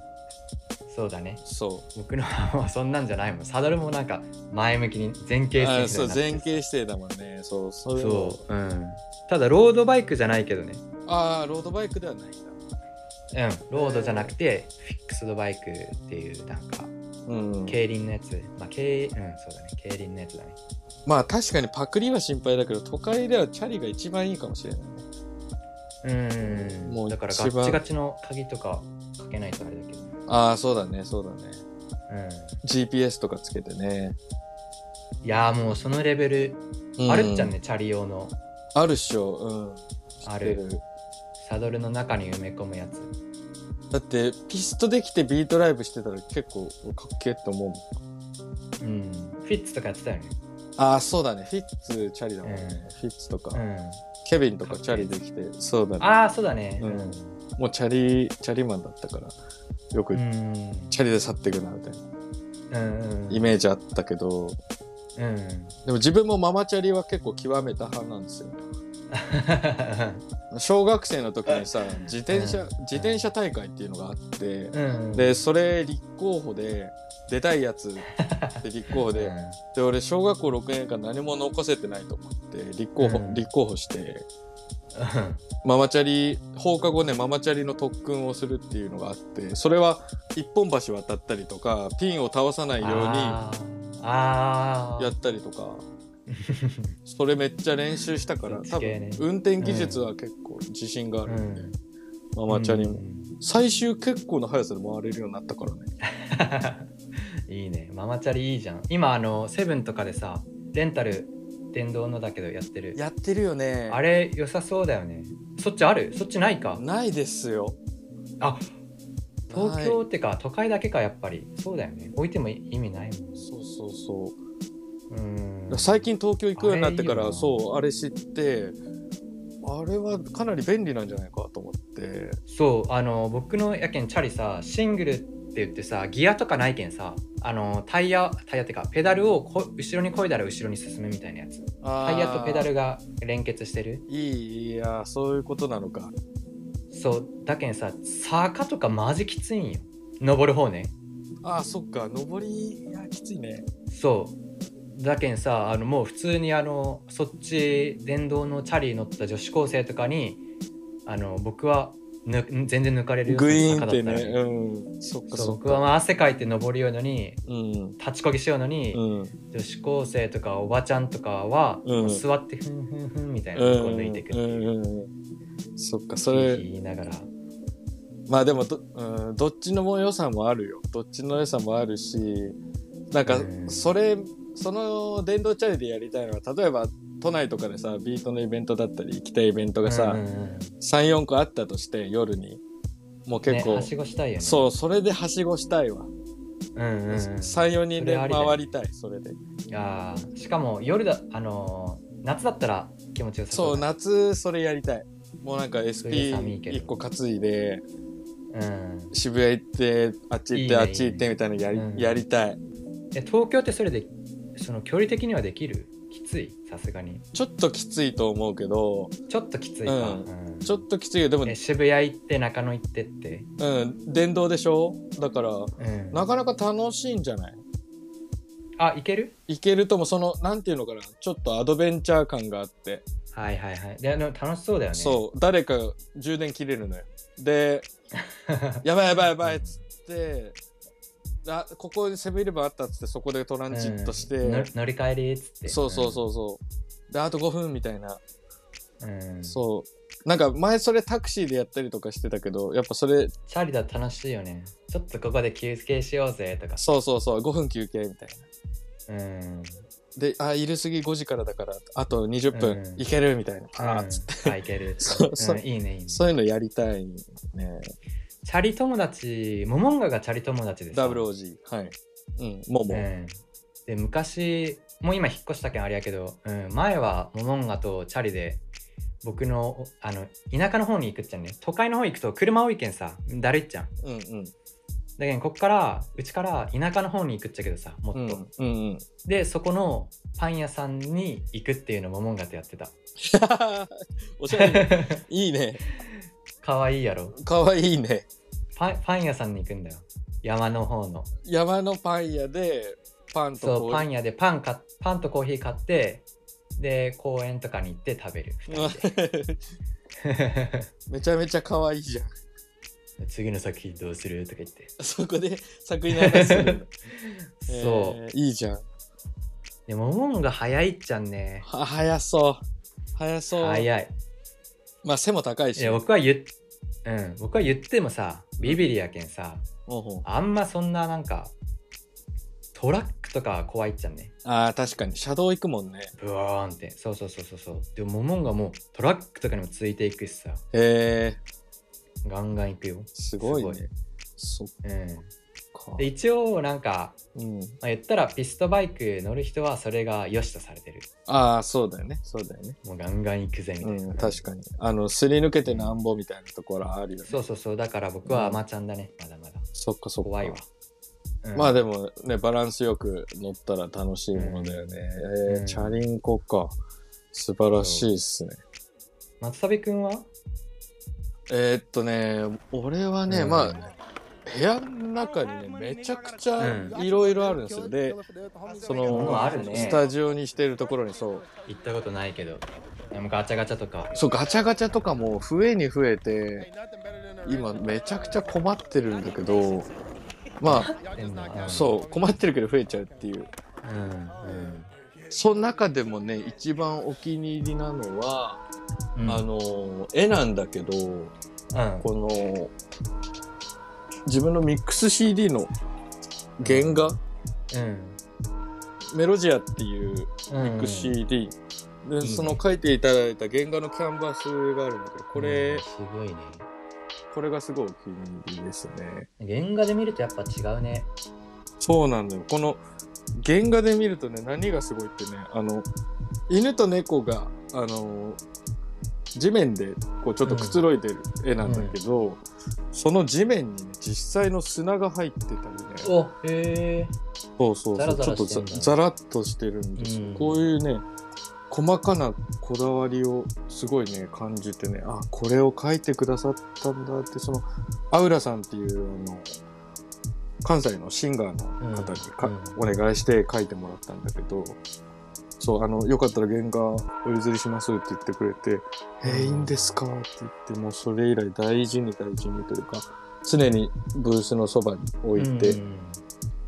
そうだねそ僕のはそんなんじゃないもんサドルもなんか前向きに前う傾あー姿そう勢前になって傾姿勢だもんねそうそれをそううんただロードバイクじゃないけどねああロードバイクではないんだうんロードじゃなくてフィックスドバイクっていうなんかうん競輪のやつまあ競うんそうだね競輪のやつだねまあ確かにパクリは心配だけど都会ではチャリが一番いいかもしれないねうんもうだから一ガ番ッチガチの鍵とかかけないとあれだけど、ああそうだねそうだねう GPS とかつけてね、ん、いやーもうそのレベルうんあるっちゃんね、チャリ用のあるっしょうんある知ってサドルの中に埋め込むやつだってピストできてビートライブしてたら結構かっけえって思うもんうんフィッツとかやってたよねああそうだねフィッツチャリだもんね、うんフィッツとか、うんケビンとかチャリできてそうだねああそうだねううんん、もうチャリチャリマンだったからよく、うんチャリで去っていくなみたいなうんイメージあったけどうんでも自分もママチャリは結構極めた派なんですよ小学生の時にさ自転車、うん自転車大会っていうのがあって、うんでそれ立候補で出たいやつで立候補 (laughs) で、うんで俺小学校6年間何も残せてないと思って立候補、うん立候補してママチャリ放課後ねママチャリの特訓をするっていうのがあってそれは一本橋渡ったりとかピンを倒さないようあーあにやーったりとか (laughs) それめっちゃ練習したからそっち多系分ね運転技術は結構自信があるんで、うんママチャリもう。ん最終結構な速さで回れるようになったからねいいねママチャリいいじゃん今あのセブンとかでさレンタル電動のだけどやってるやってるよねあれ良さそうだよねそっちあるそっちないかないですよあ東な京いってか都会だけかやっぱりそうだよね置いても意味ないもそうそうそんううん最近東京行くようになってかあれらいいよなそうあれ知ってあれはかなり便利なんじゃないかと思ってそうあの僕のやけんチャリさシングルって言ってさギアとかないけんさあのタイヤタイヤってかペダルをこ後ろにこいだら後ろに進むみたいなやつタイヤとペダルが連結してるいいいやそういうことなのかそうだけんさ坂とかマジきついんよ登る方ねあーそっか上りいやきついねそうだけんさあのもう普通にあのそっち電動のチャリ乗った女子高生とかにあの僕はぬ全然抜かれるよグイーンってね坂だったらうんそっかそうそっ僕はかまあ汗かいて登りようのにうん立ちこぎしようのに、うん女子高生とかおばちゃんとかは、うん座ってふんふんふんみたいなうこうん抜いていくってういんう、うんうんそっかそひいれひい言いながらまあでもど,、うん、どっちのも良さもあるよどっちの良さもあるしなんかうんそれ、その電動チャリでやりたいのは例えば都内とかでさビートのイベントだったり行きたいイベントがさ、うんうんうん34個あったとして夜にもう結ね、構、はしごしたいよねそうそれではしごしたいわ、うんうんうん、 34人でそれありだよ回りたいそれであーしかも夜だあのー夏だったら気持ちよさそうだ夏それやりたいもうなんか冬寒いけど SP1 個担いでうん渋谷行ってあっち行っていいねあっち行ってみたいなのやりうんやりたいえ東京ってそれでその距離的にはできるきついさすがにちょっときついと思うけどちょっときついか、うんうんちょっときついけどでえ渋谷行って中野行ってって、も、うん、電動でしょだからうんなかなか楽しいんじゃないあ行けるいけるともそのなんていうのかなちょっとアドベンチャー感があって、はいはいはいであの楽しそうだよねそう誰か充電切れるのよで (laughs) やばいやばいやばいっつってあここにセブンイレブンあったっつってそこでトランジットして、うんの乗り換えりっつってそうそうそうそうであと5分みたいなうん、うんそうなんか前それタクシーでやったりとかしてたけどやっぱそれチャリだと楽しいよねちょっとここで休憩しようぜとかそうそうそう5分休憩みたいなうんで、あ、入れすぎ5時からだから、あと20分うんいけるみたいな。ああーつって (laughs) いけるそうそうんいいねいいねそういうのやりたいね。チャリ友達モモンガがチャリ友達ですダブル OG。はい。うん、もも。うん、で昔もう今引っ越したけんあれやけど、うん、前はモモンガとチャリで僕のおあの田舎の方に行くっちゃね都会の方行くと車多いけんさだるいっちゃんうんうん。だけどこっからうちから田舎の方に行くっちゃけどさもっと、うんうんうん。 (laughs) でそこのパン屋さんに行くっていうのもモンガとや (laughs) ってたおしゃれ。いいね。かわいいやろかわいいね。パンパン屋さんに行くんだよ山の方の山のパン屋で、パンとこそうパン屋でパンかパンとコーヒー買ってで公園とかに行って食 (laughs) べる二人うんで (laughs) めちゃめちゃかわいいじゃん。次の作品どうするとか言ってそこで作品の (laughs) 話する。そうう。いいじゃん。でもモンが早いっちゃんねは早そう。早そう。早いまあ、背も高いいし。や僕は言っうん、僕は言ってもさビビリやけんさほうほうあんまそんななんかトラックとか怖いっちゃんねああ、確かに。車道行くもんね。ブワーンってそうそうそうそうそうでもモモンがもうトラックとかにもついていくしさへえ。ガンガン行くよ、すごいね。すそっうん、かで。一応なんか、うん、まあ、言ったらピストバイク乗る人はそれが良しとされてるああ、そうだよね。そうだよね。もうガンガン行くぜみたういな、ん、確かに。あの、すり抜けてなんぼみたいなところあるよね。そうそうそうだから僕はアマちゃんだねまだまだそっかそっか。怖いわ、うんまあでもね、バランスよく乗ったら楽しいものだよね。えーうんチャリンコか。素晴らしいっすね。松田部君はえーっとね、俺はね、うんまあ、部屋の中にね、めちゃくちゃうんいろいろあるんですよ。で、そ物の、あるねスタジオにしてるところにそう、行ったことないけどでもガチャガチャとかそうガチャガチャとかも増えに増えて今めちゃくちゃ困ってるんだけどまあそう困ってるけど増えちゃうっていううんうん、その中でもね一番お気に入りなのは、うん、あの絵なんだけどうんこの自分のミックス CD の原画うんメロジアっていううんミックス CD でねその描いていただいた原画のキャンバスがあるんだけどこうんれすごいねこれがすごいお気に入りですね。原画で見るとやっぱ違うねそうなんだよ。この原画で見るとね、何がすごいってね、あの、犬と猫が、あの、地面でこうちょっとくつろいでる絵なんだけど、その地面にね、実際の砂が入ってたりねおへえそうそうザそラうちょっザラとしてざんだざらっとしてるんですよ、うんこういうね細かなこだわりをすごいね感じてねあこれを書いてくださったんだってそのアウラさんっていうあの関西のシンガーの方にか、お願いして書いてもらったんだけどそうあのよかったら原画お譲りしますって言ってくれて「えーいいんですか?」って言ってもうそれ以来大事に大事にというか常にブースのそばに置いて、うん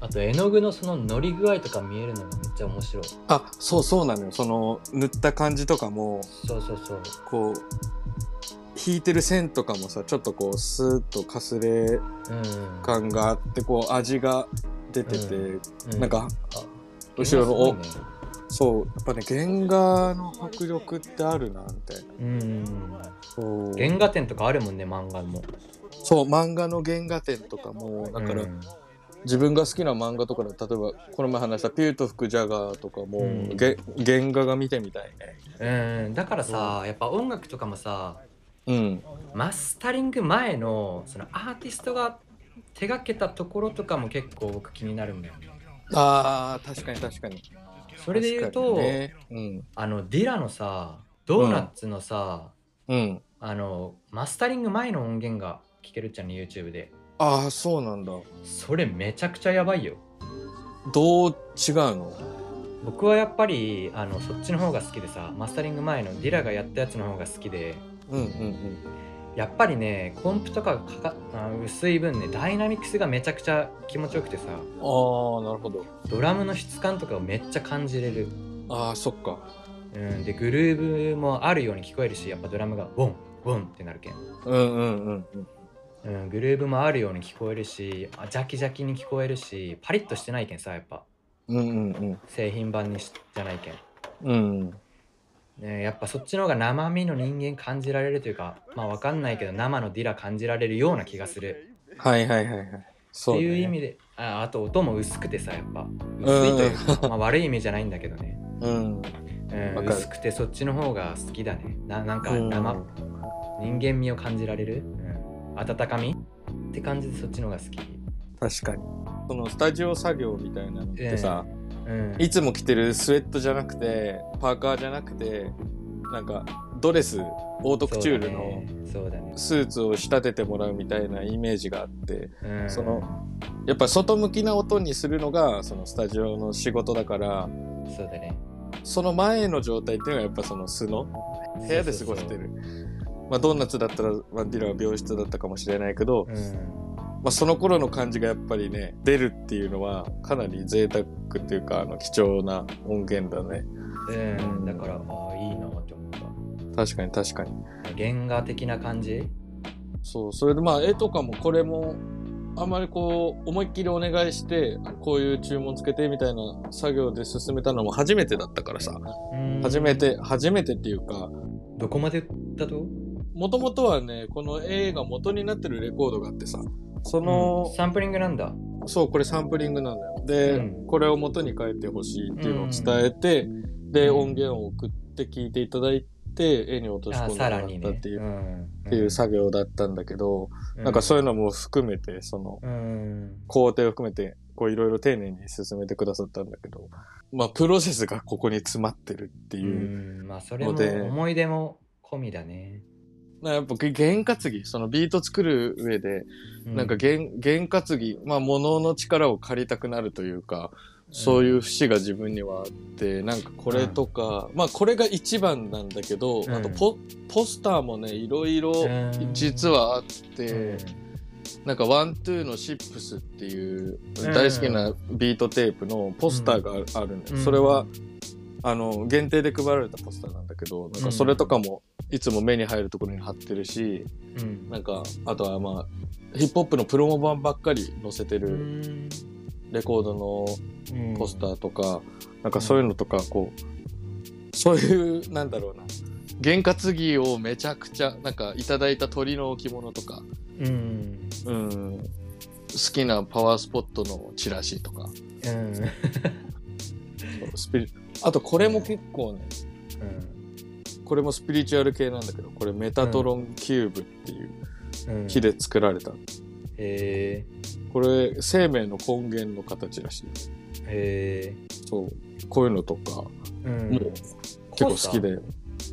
あと絵の具のその乗り具合とか見えるのがめっちゃ面白いあそうそうなのよその塗った感じとかもそうそうそうこう引いてる線とかもさちょっとこうスーッとかすれうん感があってこう味が出てて、うなんかあ後ろのお、すそうやっぱね原画の迫力ってあるなみたいなごいねうんそう原画展とかあるもんね漫画もそう漫画の原画展とかもだから、うん自分が好きな漫画とかで例えばこの前話した「ピュート吹くジャガー」とかも、うんげ原画が見てみたいねうんだからさやっぱ音楽とかもさうんマスタリング前のそのアーティストが手がけたところとかも結構僕気になるんだよねあー確かに確かにそれで言う確と、かにねうんあのディラのさドーナツのさ、うんあのマスタリング前の音源が聴けるっちゃんの YouTube でああそうなんだそれめちゃくちゃやばいよどう違うの僕はやっぱりあのそっちの方が好きでさマスタリング前のディラがやったやつの方が好きでうんうんやっぱりねコンプとかがかかあ薄い分ねダイナミクスがめちゃくちゃ気持ちよくてさうんああなるほどドラムの質感とかをめっちゃ感じれる、ああそっかうん、でグルーブもあるように聞こえるしやっぱドラムがボンボンってなるけん、うんうんうんうんうん、グルーブもあるように聞こえるしあジャキジャキに聞こえるしパリッとしてないけんさやっぱうんうん製品版にしじゃないけん、うんうんね、やっぱそっちの方が生身の人間感じられるというかまあわかんないけど生のディラ感じられるような気がするはいはいはいはいっそてういう意ね味で、ああと音も薄くてさやっぱ薄いというか、まあ、悪い意味じゃないんだけどねうんうわん、かる薄くてそっちの方が好きだねななんかうん生、人間味を感じられる、うん、温かみって感じでそっちの方が好き、確かにそのスタジオ作業みたいなのってさ、うん、いつも着てるスウェットじゃなくてパーカーじゃなくてなんかドレスオートクチュールのそうだねスーツを仕立ててもらうみたいなイメージがあってそうだね、うん、そのやっぱ外向きな音にするのがそのスタジオの仕事だからそうだねその前の状態っていうのがやっぱその素の部屋で過ごしてる。まあ、ドーナツだったら、まあ、ディラは病室だったかもしれないけど、そうそうそうまあ、その頃の感じがやっぱりね出るっていうのはかなり贅沢っていうかあの貴重な音源だねうん、ううんん、だからああいいなって思っ確かに確かにた原画的な感じそうそれでまあ絵とかもこれもあんまりこう思いっきりお願いしてこういう注文つけてみたいな作業で進めたのも初めてだったからさうん初めて初めてっていうかどこまでだともともとはねこの絵が元になってるレコードがあってさそうんの、サンプリングなんだそうこれサンプリングなんだよで、うんこれを元に書いてほしいっていうのを伝えて、でうん音源を送って聞いていただいて絵に落とし込あんでもらさらったっにねていう,、んっていう作業だったんだけど、うんなんかそういうのも含めてそのうん工程を含めてこういろいろ丁寧に進めてくださったんだけどまあプロセスがここに詰まってるってういう、んまあそれもので思い出も込みだねまあやっぱ験担ぎそのビート作る上でなんかう験験担ぎまあ物の力を借りたくなるというかそういう節が自分にはあって、なんかこれとか、まあこれが一番なんだけど、うんあとポポスターもね、いろいろうん実はあっうて、んなんかワントゥーのシップスっていううん大好きなビートテープのポスターがああるんだよ。それは、あの、限定で配られたポスターなんだけど、なんかそれとかもいつも目に入るところに貼ってるし、うんなんか、あとはまあ、ヒップホップのプロモ版ばっかり載せてうるんレコードのうんポスターとか、なんかそういうのとか、こう、そういう、なんだろうな、験担ぎをめちゃくちゃ、なんかいただいた鳥の置物とか、うんうん、好きなパワースポットのチラシとか、うんスピリあとこれも結構ね、これもスピリチュアル系なんだけど、これメタトロンキューブっていううん木で作られたへこれ生命の根源の形らしいえへそうこういうのとかえうもうん結構好きで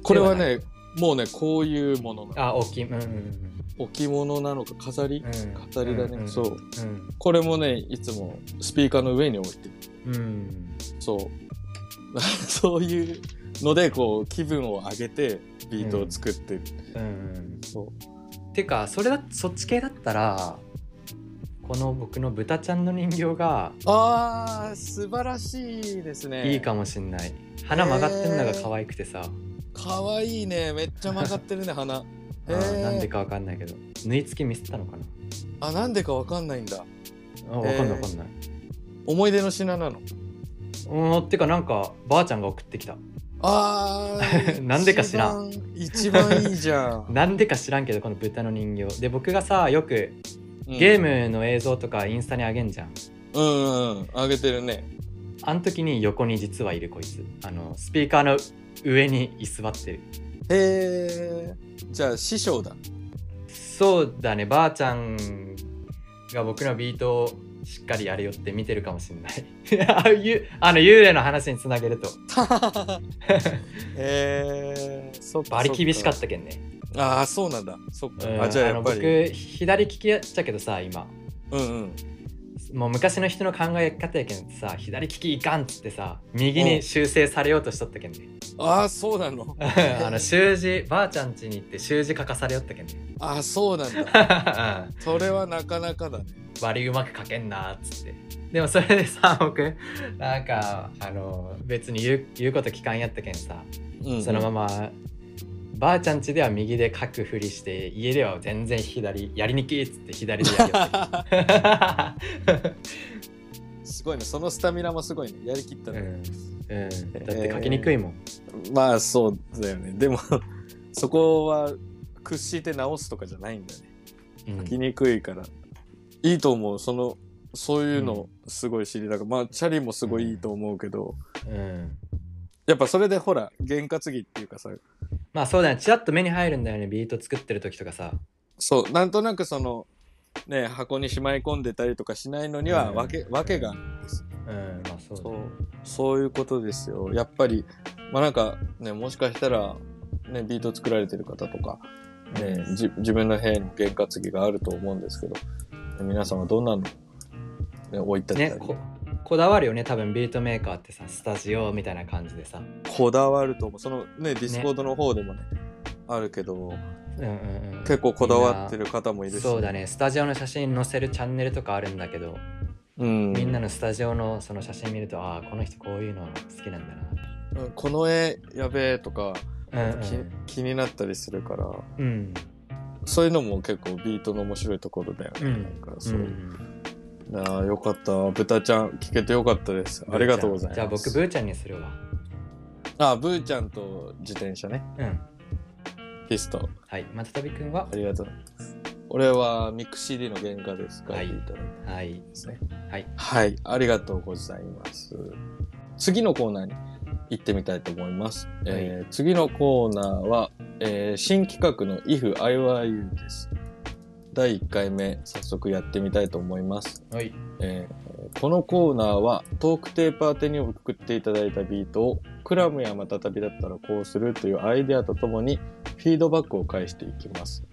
これはではねもうねこういうものなのあ大きいうんうんうん置物なのか飾りうん飾りだね、うんうんそうこれもねいつもスピーカーの上に置いてるうんうんそうそう (laughs) いうのでこう気分を上げてビートを作ってる、うんそてかそれだそっち系だったらこの僕の豚ちゃんの人形がうあー素晴らしいですねいいかもしんない鼻曲がってんのが可愛くてさ、かわいいねめっちゃ曲がってるね鼻え (laughs) あーー、なんでかわかんないけど縫い付け見せたのかなあなんでかわかんないんだあわかんないわかんない、思い出の品なのうーんてかなんかばあちゃんが送ってきたあーなんでか知らん一番一番いいじゃん、なんでか知らんけどこの豚の人形で僕がさよくうんゲームの映像とかインスタにあげんじゃんうんうんうん上げてるねあの時に横に実はいるこいつあのスピーカーの上に居座ってるへえじゃあ師匠だそうだねばあちゃんが僕のビートをしっかりやれよって見てるかもしんない (laughs) あゆあの幽霊の話につなげるとえー、そっバリ厳しかたったけんねああそうなんだそっか、うんあじゃあやっぱりの僕左利きやっちゃけどさ今うんうんもう昔の人の考え方やけんさ左利きいかんっつってさ右に修正されようとしとったけんね (laughs) ああそうなのあの習字ばあちゃん家に行って習字書かされよったけんね (laughs) ああそうなんだうんそれはなかなかだね割りうまく書けんなーっつってでもそれでさ僕なんかあの別に言う言うこと聞かんやったけんさうんそのままばあちゃん家では右で書くふりして家では全然左やりにきいっつって左で (laughs) やりよったまけんすごいねそのスタミナもすごいねやりきったうね、んうん、だって書きにくいもん、まあそうだよねでもそこは屈して直すとかじゃないんだねうん書きにくいから、いいと思うそのそういうのすごい知りたく、まあチャリもすごいいいと思うけど、うん、やっぱそれでほら験担ぎっていうかさまあそうだねちらっと目に入るんだよねビート作ってる時とかさそうなんとなくそのね箱にしまい込んでたりとかしないのにはうんわけ,、わけがあるんですうんまあそうだそねうそういうことですよやっぱりまあなんかねもしかしたら、ね、ビート作られてる方とか、ね、じ自分の部屋に験担ぎがあると思うんですけど皆さんはどんなの、ね、置いてあったり、ねここだわるよね多分ビートメーカーってさスタジオみたいな感じでさこだわると思うそのねディスコードの方でもねあるけどうんうんうん結構こだわってる方もいるしそうだねスタジオの写真載せるチャンネルとかあるんだけど、うんみんなのスタジオのその写真見るとああこの人こういうの好きなんだなうんこの絵やべえとかうんき気になったりするからうんそういうのも結構ビートの面白いところだよね、うんなんかうそう、んああよかった豚ちゃん聞けてよかったですありがとうございますじゃあ僕ブーちゃんにするわあブーちゃんと自転車ねうんピストはいまたたびくんはありがとうございます俺はミック CD の原画ですかはらいビートのはいですねはいはいありがとうございます次のコーナーに行ってみたいと思います、えー次のコーナーは、えー新企画の If I Were You です第1回目早速やってみたいと思います、はいえーこのコーナーはトークテープ宛てに送っていただいたビートをクラムやまたたびだったらこうするというアイデアとともにフィードバックを返していきます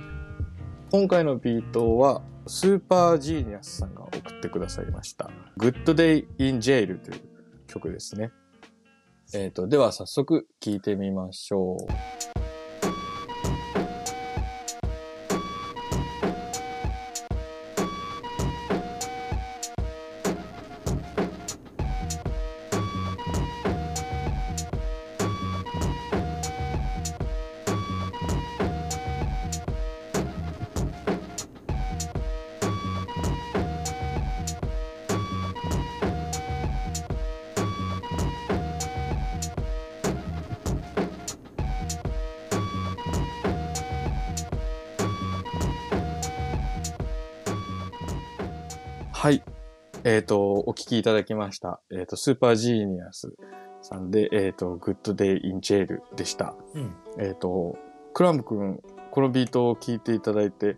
今回のビートはスーパージーニアスさんが送ってくださいました「Good Day in Jail」という曲ですね、えー、とでは早速聴いてみましょうはい。えっ、と、お聞きいただきました。えっ、と、スーパージーニアスさんで、えっ、と、グッドデイインジェールでした。うんえっ、と、クラム君、このビートを聞いていただいて、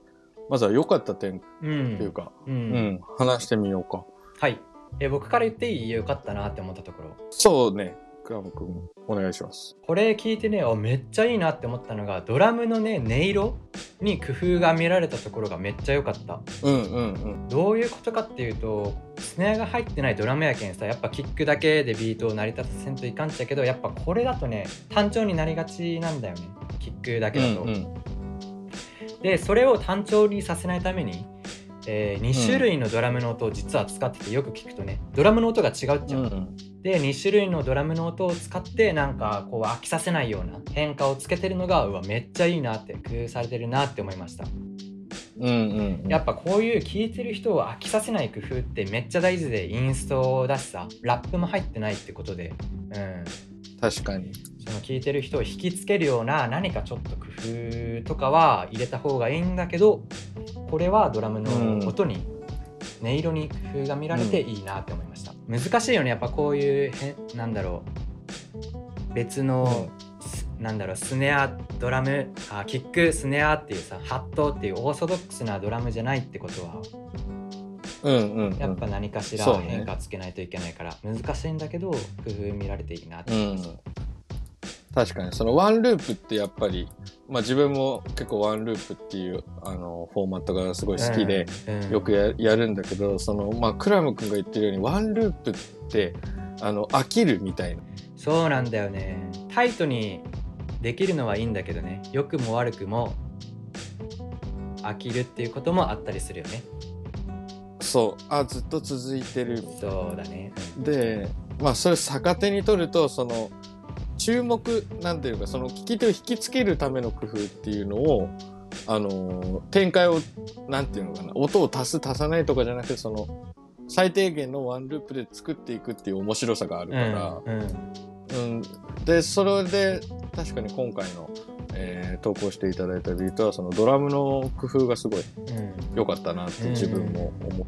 まずは良かった点うんっていうか、ううんん、話してみようか。はいえー僕から言っていいよかったなって思ったところそうね、倉本君、お願いします。これ聞いてねあめっちゃいいなって思ったのがドラムのね音色に工夫が見られたところがめっちゃ良かったうんうんどういうことかっていうとスネアが入ってないドラムやけんさやっぱキックだけでビートを成り立たせんといかんっちゃけどやっぱこれだとね単調になりがちなんだよねキックだうけだん。と、うんうん、でそれを単調にさせないために、え2種類のドラムの音を実は使っててよく聞くとねドラムの音が違うっちゃう、うんで2種類のドラムの音を使ってなんかこう飽きさせないような変化をつけてるのがうわめっちゃいいなって工夫されてるなって思いましたうんうん。やっぱこういう聴いてる人を飽きさせない工夫ってめっちゃ大事でインストだしさラップも入ってないってことで、うん、確かに。その聴いてる人を引きつけるような何かちょっと工夫とかは入れた方がいいんだけどこれはドラムの音に、音色に工夫が見られていいなって思いました、難しいよねやっぱこういうへなんだろう別の、すなんだろうスネアドラムあキックスネアっていうさハットっていうオーソドックスなドラムじゃないってことはうんうん、うん。やっぱ何かしらそうね変化つけないといけないから、難しいんだけど工夫見られていいなってう思いましん。確かに、そのワンループってやっぱり、まあ自分も結構ワンループっていう、あの、フォーマットがすごいた好きで、、うんうんよくややるんだけど、その、まあクラム君が言ってるように、ワンループって、あの、飽きるみたいな。そうなんだよねタイトにできるのはいいんだけどね良くも悪くも飽きるっていうこともあったりするよねそう、あ、ずっと続いてる。そうだねで、まあそれ逆手に取ると、その、注目、なんていうか、その聞き手を引きつけるための工夫っていうのを、あの、展開を、なんていうのかな、音を足す足さないとかじゃなくて、その、最低限のワンループで作っていくっていう面白さがあるうんから、うんうん。で、それで、確かに今回の、えー投稿していただいたビートは、そのドラムの工夫がすごいうん良かったなって自分も思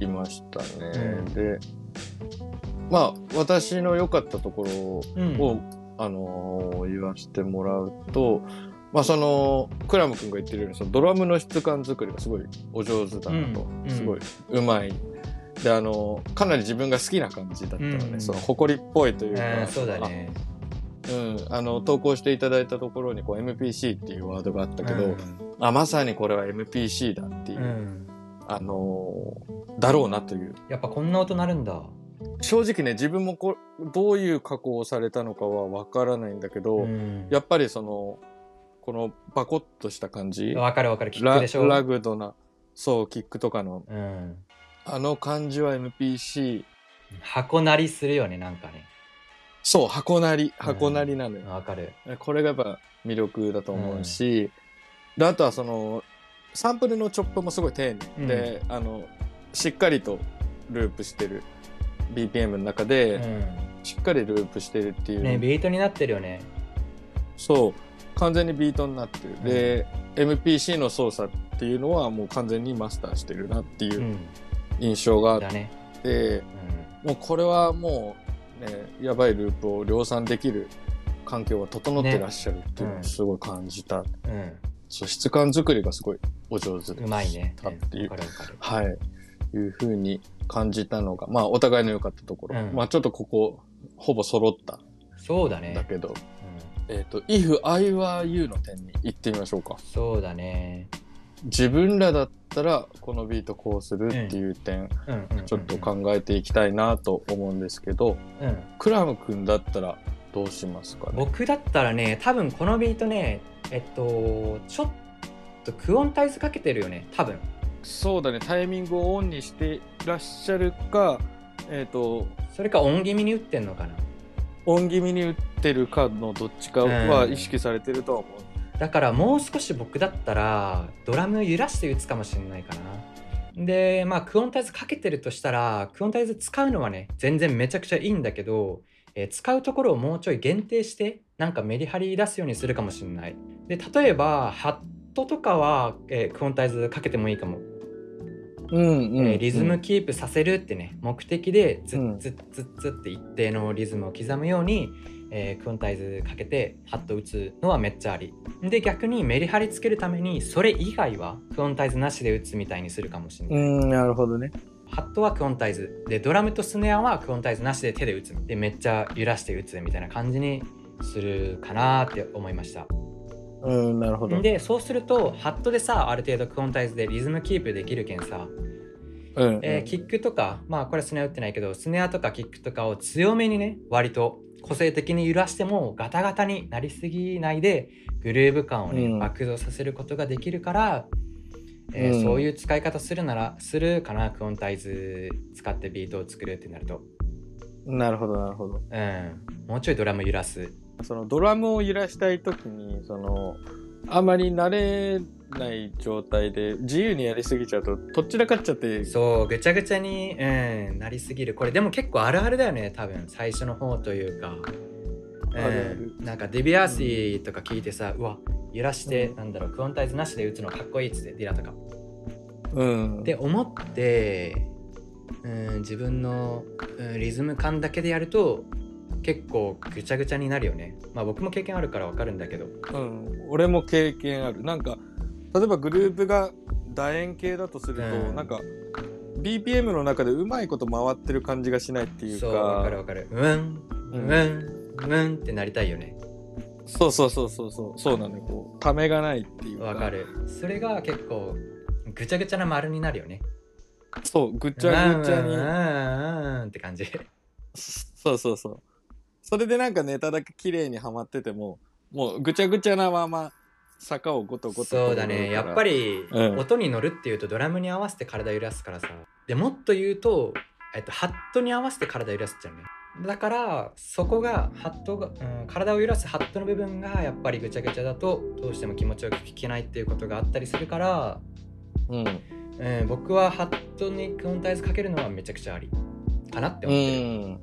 いましたね。うんで、まあ、私の良かったところうんを、あのー言わせてもらうと、まあ、その、クラム君が言ってるように、そのドラムの質感作りがすごいお上手だなと、うんうんすごい上手い。で、あのーかなり自分が好きな感じだったので、うんその、誇りっぽいというか、うんそうだねあうん、あの、投稿していただいたところに、こう、MPC っていうワードがあったけど、うんあ、まさにこれは MPC だっていう、うんあのーだろうなという。やっぱこんな音なるんだ正直ね、自分もこどういう加工をされたのかはわからないんだけど、うんやっぱりその、このバコッとした感じ、わかるわかるキックラでしょラグドな、そう、キックとかの、うんあの感じは MPC、箱鳴りするよねなんかねそう、箱なり、箱なりなのよ。わかるこれがやっぱ魅力だと思うし、であとはその、サンプルのチョップもすごい丁寧で、あの、しっかりとループしてる BPM の中で、うんしっかりループしてるっていう、ねビートになってるよねそう完全にビートになってる、で MPC の操作っていうのはもう完全にマスターしてるなっていううん印象があっだねて、うんもうこれはもうねやばいループを量産できる環境が整ってらっしゃるっていうのねうをんすごい感じた、うんそう質感作りがすごいお上手でうまいね。たっていうわかるわかる。はいいうふうに感じたのがまあお互いの良かったところ、うんまあちょっとここほぼ揃ったんそうだね。だけど、うんえっ、と、if I were you の点に行ってみましょうか。そうだね。自分らだったらこのビートこうするっていう点、うんうんうんうんちょっと考えていきたいなと思うんですけど、うんクラム君だったらどうしますかね。僕だったらね、多分このビートね、えっと、ちょっとクオンタイズかけてるよね、多分。そうだね、タイミングをオンにしてらっしゃるか、えっ、と、それか音気味に打ってんのかな。オン気味に打ってるかのどっちかは意識されてるとは思う。だからもう少し僕だったら、ドラム揺らして打つかもしれないかな。で、まあ、クオンタイズかけてるとしたら、クオンタイズ使うのはね、全然めちゃくちゃいいんだけど、えー使うところをもうちょい限定してなんかメリハリ出すようにするかもしれないで例えばハットとかは、えークオンタイズかけてもいいかも、うんうんえーリズムキープさせるってね目的でズうッんズッズッズッって一定のリズムを刻むように、えークオンタイズかけてハット打つのはめっちゃありで逆にメリハリつけるためにそれ以外はクオンタイズなしで打つみたいにするかもしれない、うん、なるほどね。ハットはクオンタイズでドラムとスネアはクオンタイズなしで手で打つでめっちゃ揺らして打つみたいな感じにするかなって思いましたうん、なるほど。でそうするとハットでさある程度クオンタイズでリズムキープできるけんさ、うん、えーキックとかまあこれはスネア打ってないけどスネアとかキックとかを強めにね割と個性的に揺らしてもガタガタになりすぎないでグルーヴ感をね、うん爆増させることができるから、えーうんそういう使い方するならするかなクオンタイズ使ってビートを作るってなると、うんなるほど、なるほど。うん、もうちょいドラム揺らすそのドラムを揺らしたいときに、その、あまり慣れない状態で自由にやりすぎちゃうと、とっちらかっちゃって、そうぐちゃぐちゃに、うん、なりすぎるこれでも結構あるあるだよね多分最初の方というか、うんあるなんかディビアーシーとか聞いてさ、うわ揺らして、うんなんだろうクオンタイズなしで打つのかっこいいっつってディラとかうん。で思って、うん、自分の、うんリズム感だけでやると結構ぐちゃぐちゃになるよねまあ僕も経験あるからわかるんだけどうん、俺も経験あるなんか例えばグループが楕円形だとすると、うんなんか BPM の中でうまいこと回ってる感じがしないっていうかそうわかるわかるうんううんんうんってなりたいよねそうそうそうそうそうそうなのよこうためがないっていうわかるそれが結構ぐちゃぐちゃな丸になるよねそうぐちゃぐちゃにうんうんうんうんって感じそうそうそうそれでなんかネタだけ綺麗にはまっててももうぐちゃぐちゃなまま坂をゴトゴトそうだねやっぱりりうん音に乗るっていうとドラムに合わせて体揺らすからさでもっと言うと、えっと、ハットに合わせて体揺らすっちゃうねだからそこがハットが、うん、体を揺らすハットの部分がやっぱりぐちゃぐちゃだとどうしても気持ちよく聞けないっていうことがあったりするから、うん、うん、僕はハットにクオンタイズかけるのはめちゃくちゃありかなってう思ってる。ん、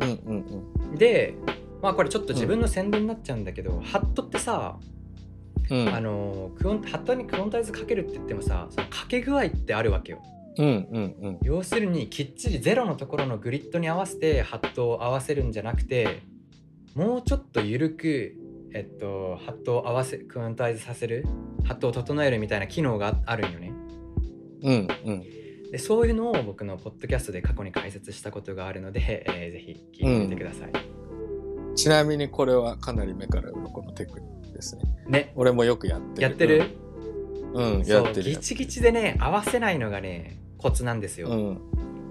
うんうんでまあこれちょっと自分の宣伝になっちゃうんだけど、ハットってさ、うんうんあのクオンハットにクオンタイズかけるって言ってもさそのかけ具合ってあるわけようんうんうん要するにきっちりゼロのところのグリッドに合わせてハットを合わせるんじゃなくてもうちょっと緩くえっとハットを合わせクオンタイズさせるハットを整えるみたいな機能がああるんよねうんうんでそういうのを僕のポッドキャストで過去に解説したことがあるので、えーぜひ聞いてみてください、ちなみにこれはかなり目から鱗のテクニックですね。ね俺もよくやってる。やってる、うん、うんそやうってるギやつ。チギチでね合わせないのがねコツなんですよ、うん。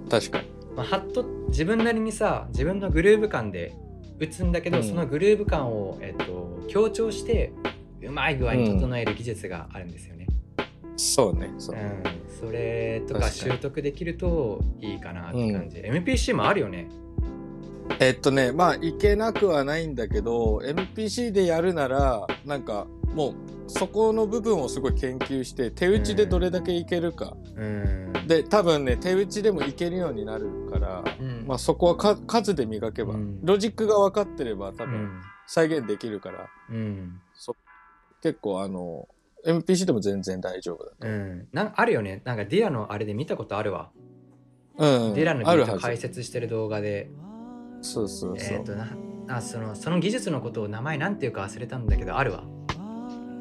確かに。まあ、ハット自分なりにさ自分のグルーヴ感で打つんだけど、うんそのグルーヴ感を、えっと、強調してうまい具合に整える技術があるんですよね、そうね。そうう。んそれと確かかに習得できるといいかなって感じ、MPC もあるよねえっとね、まあ、いけなくはないんだけど、MPC でやるなら、なんか、もう、そこの部分をすごい研究して、手打ちでどれだけいけるか。うん、で、多分ね、手打ちでもいけるようになるから、うんまあ、そこはか数で磨けば、うんロジックが分かってれば、多う分ん再現できるから、うんそ結構、あの、MPC でも全然大丈夫だ。うん、なんあるよねなんかディラのあれで見たことあるわ、うん、ディラのビあるーはトず解説してる動画でそうそうそう、えっ、となあそのその技術のことを名前なんていうか忘れたんだけどあるわ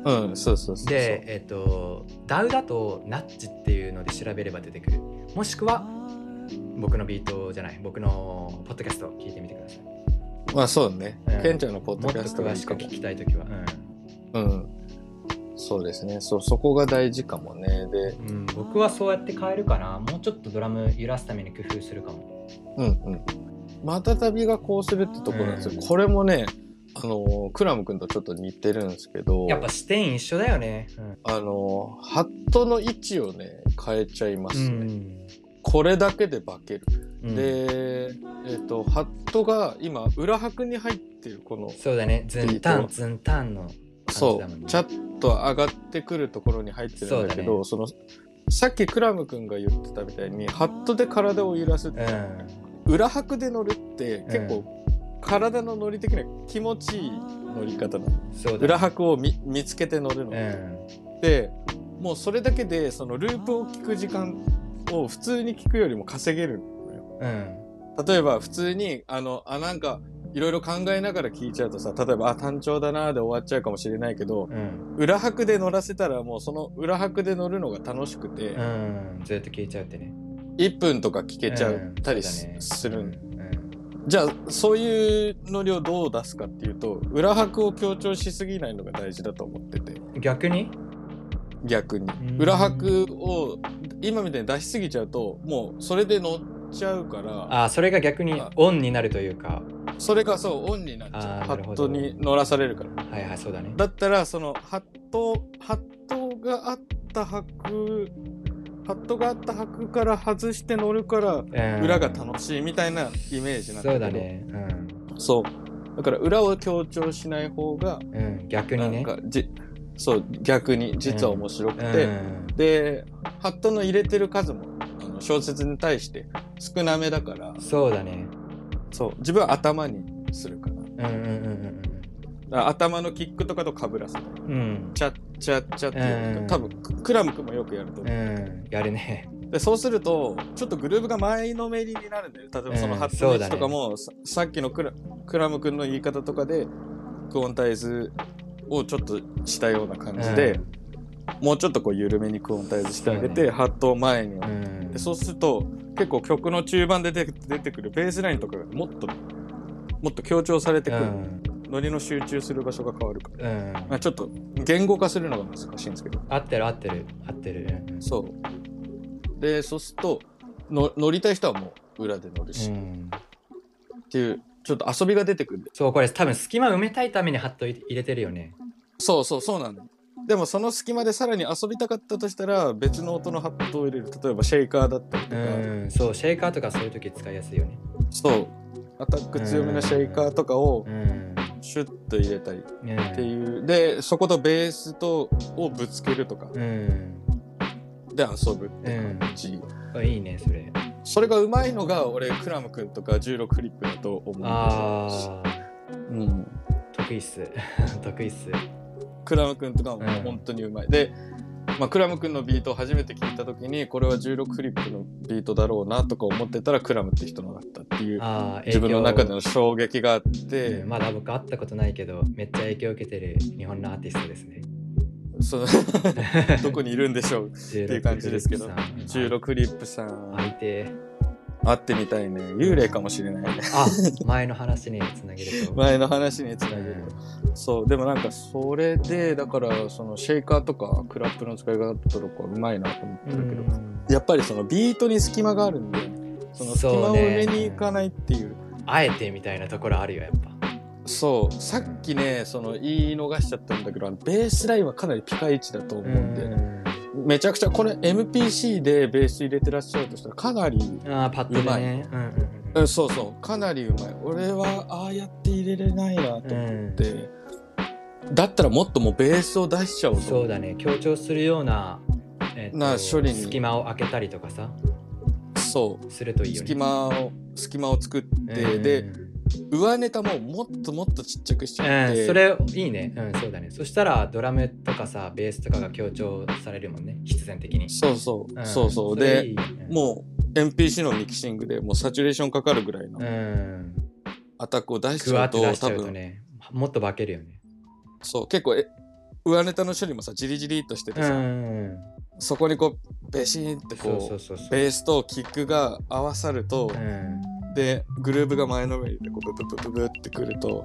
うんそうそうそうそうでえっ、と DAW だとナッジっていうので調べれば出てくるもしくは僕のビートじゃない僕のポッドキャストを聞いてみてくださいもまあそうね、うんケンちゃんのポッっとドキャストが詳いいしかくも聞きたい時はうんそうですねそうそこが大事かもねでうん、うん、僕はそうやって変えるかなもうちょっとドラム揺らすために工夫するかもうんうんまたたびがこうするってところなんですよ、うんこれもねあのークラム君とちょっと似てるんですけどやっぱ視点一緒だよねあのーハットの位置をね変えちゃいまうすね、ん、これだけで化ける、うん、でえっ、とハットが今裏拍に入ってるこのそうだねズンタンズンタンのそ感じだもんう、ねちょっと上がってくるところに入ってるんだけど、その、さっきクラム君が言ってたみたいに、ハットで体を揺らす、うん裏拍で乗るって結構、体の乗り的には気持ちいい乗り方なの。そうだ裏拍を見見つけて乗るのうで、んもうそれだけで、そのループを聞く時間を普通に聞くよりも稼げるのよ。うん例えば普通に、あの、あ、なんか、いろいろ考えながら聞いちゃうとさ、例えば、あ、単調だなーで終わっちゃうかもしれないけど、うん、裏拍で乗らせたらもうその裏拍で乗るのが楽しくて、うん、ずっと聞いちゃうってね1分とか聞けちゃったりしうんそうだするねんだうんじゃあそういうのりをどう出すかっていうと裏拍を強調しすぎないのが大事だと思っててうん逆に逆にん裏拍を今みたいに出しすぎちゃうともうそれで乗っちゃうからあそれが逆にあオンになるというかそれがそうオンになっちゃあうーハなるッほトどに乗らされるからはいはいそうだねだったらそのハットハットがあった拍ハットがあった拍から外して乗るからうん裏が楽しいみたいなイメージなんだそけうどだねうんそうだから裏を強調しない方がうん、逆なにんね。かじそう逆に実は面白くて、うんでハットの入れてる数もあの小説に対して少なめだからそうだね。そう自分は頭にするからだかうんうんら頭のキックとかとかぶらせるうんうんうん。チャッチャッチャッっていうのうん多分ククラム君もよくやるとう思う、ん、うん、やるね。でそうするとちょっとグルーブが前のめりになるんだよ例えばそのうんハットそのう位だ置ねとかも、ささっきのクラクラム君の言い方とかでクオンタイズをちょっとしたような感じで、うんもうちょっとこう緩めにクオンタイズしてあげて、そうだねハットを前に置いてうんで、そうすると結構曲の中盤で出て出てくるベースラインとかがもっともっと強調されてうくる、ん、ノリの集中する場所が変わるから、うん。まあ、ちょっと言語化するのが難しいんですけど合ってる合ってる合ってる。そうでそうするとの乗りたい人はもう裏で乗るし、うっん、ていうちょっと遊びが出てくるそう、これ多分隙間埋めたいためにハット入れてるよね。そうそうそうなんだでもその隙間でさらに遊びたかったとしたら別の音のハットを入れる例えばシェイカーだったりとうか、ん、そう、シェイカーとかそういう時使いやすいよね。そうアタック強めのシェイカーとかをうん。シュッと入れたりうってん。いうでそことベースとをぶつけるとかうんで遊ぶって感じ、あいいね、それ。それがうまいのが俺クラム君とか16フリップだと思うああ、うん、得意っす。 (laughs) 得意っす。クラム君とかもうん本当にうまい、で、まあ、クラム君のビートを初めて聞いた時にこれは16フリップのビートだろうなとか思ってたらクラムって人のだったっていうああ、自分の中でのの衝撃があって、うんまだ僕会ったことないけどめっちゃ影響を受けてる日本のアーティストです (laughs) ね。そのどこにいるんでし (laughs) ょうっていう感じですけ (laughs) ど16フリップさ相ん手会ってみたいね幽霊かもしれないねあ前の話につなげると。前の話につなうげるんそうでもなんかそれでだからそのシェイカーとかクラップの使い方とかうまいなと思ってるけど、やっぱりそのビートに隙間があるんでその隙間そをうね埋めに行かないっていうあえてみたいなところあるよやっぱ。そう,、さっきねその言い逃しちゃったんだけどあのベースラインはかなりピカイチだと思うんで、めちゃくちゃこれ MPC でベース入れてらっしゃるとしたらかなり、あーパッドでね。うんううんん、そうそうかなりうまい俺はああやって入れれないなと思うんって、だったらもっともうベースを出しちゃおうと思ってそうだね強調するような,、えっとな処理に隙間を開けたりとかさそうするといいよね。隙間を隙間を作って、うんで上ネタももっともっとちっちゃくしちゃうっんて、それいいね、うん、そうだねそしたらドラムとかさベースとかが強調されるもんね必然的に、そうそう、んそうそうそれでいいよねもう MPC のミキシングでもうサチュレーションかかるぐらいのうんアタックを出しグちゃワうッとて出しち多ゃうと分、ねもっと化けるよねそう結構え上ネタの処理もさジリジリっとしててさ、んそこにこうベシーンってこうそうそうそうそうベースとキックが合わさると、うんでグルーブが前のめりでこうブブブブブってくると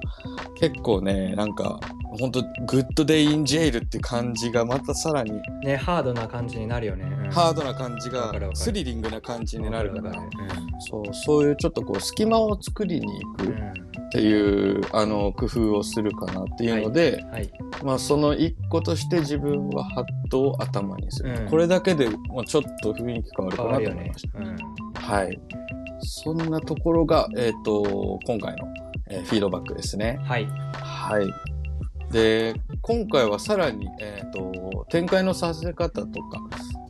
結構ねなんかほんとグッドデイ・イン・ジェイルって感じがまたさらにねハードな感じになるよね、うんハードな感じがわかるわかるスリリングな感じになるかわらかるわかるそうそういうちょっとこう隙間を作りに行うくんっていうあの工夫をするかなっていうので、うんはいまあその一個として自分はハットを頭にする、うんこれだけでもうちょっと雰囲気変わるか変なわるとよ思いねまし、た、うん、はいそんなところがえっ、と今回の、えーフィードバックですねはいはいで今回はさらに、えー、と展開のさせ方とか、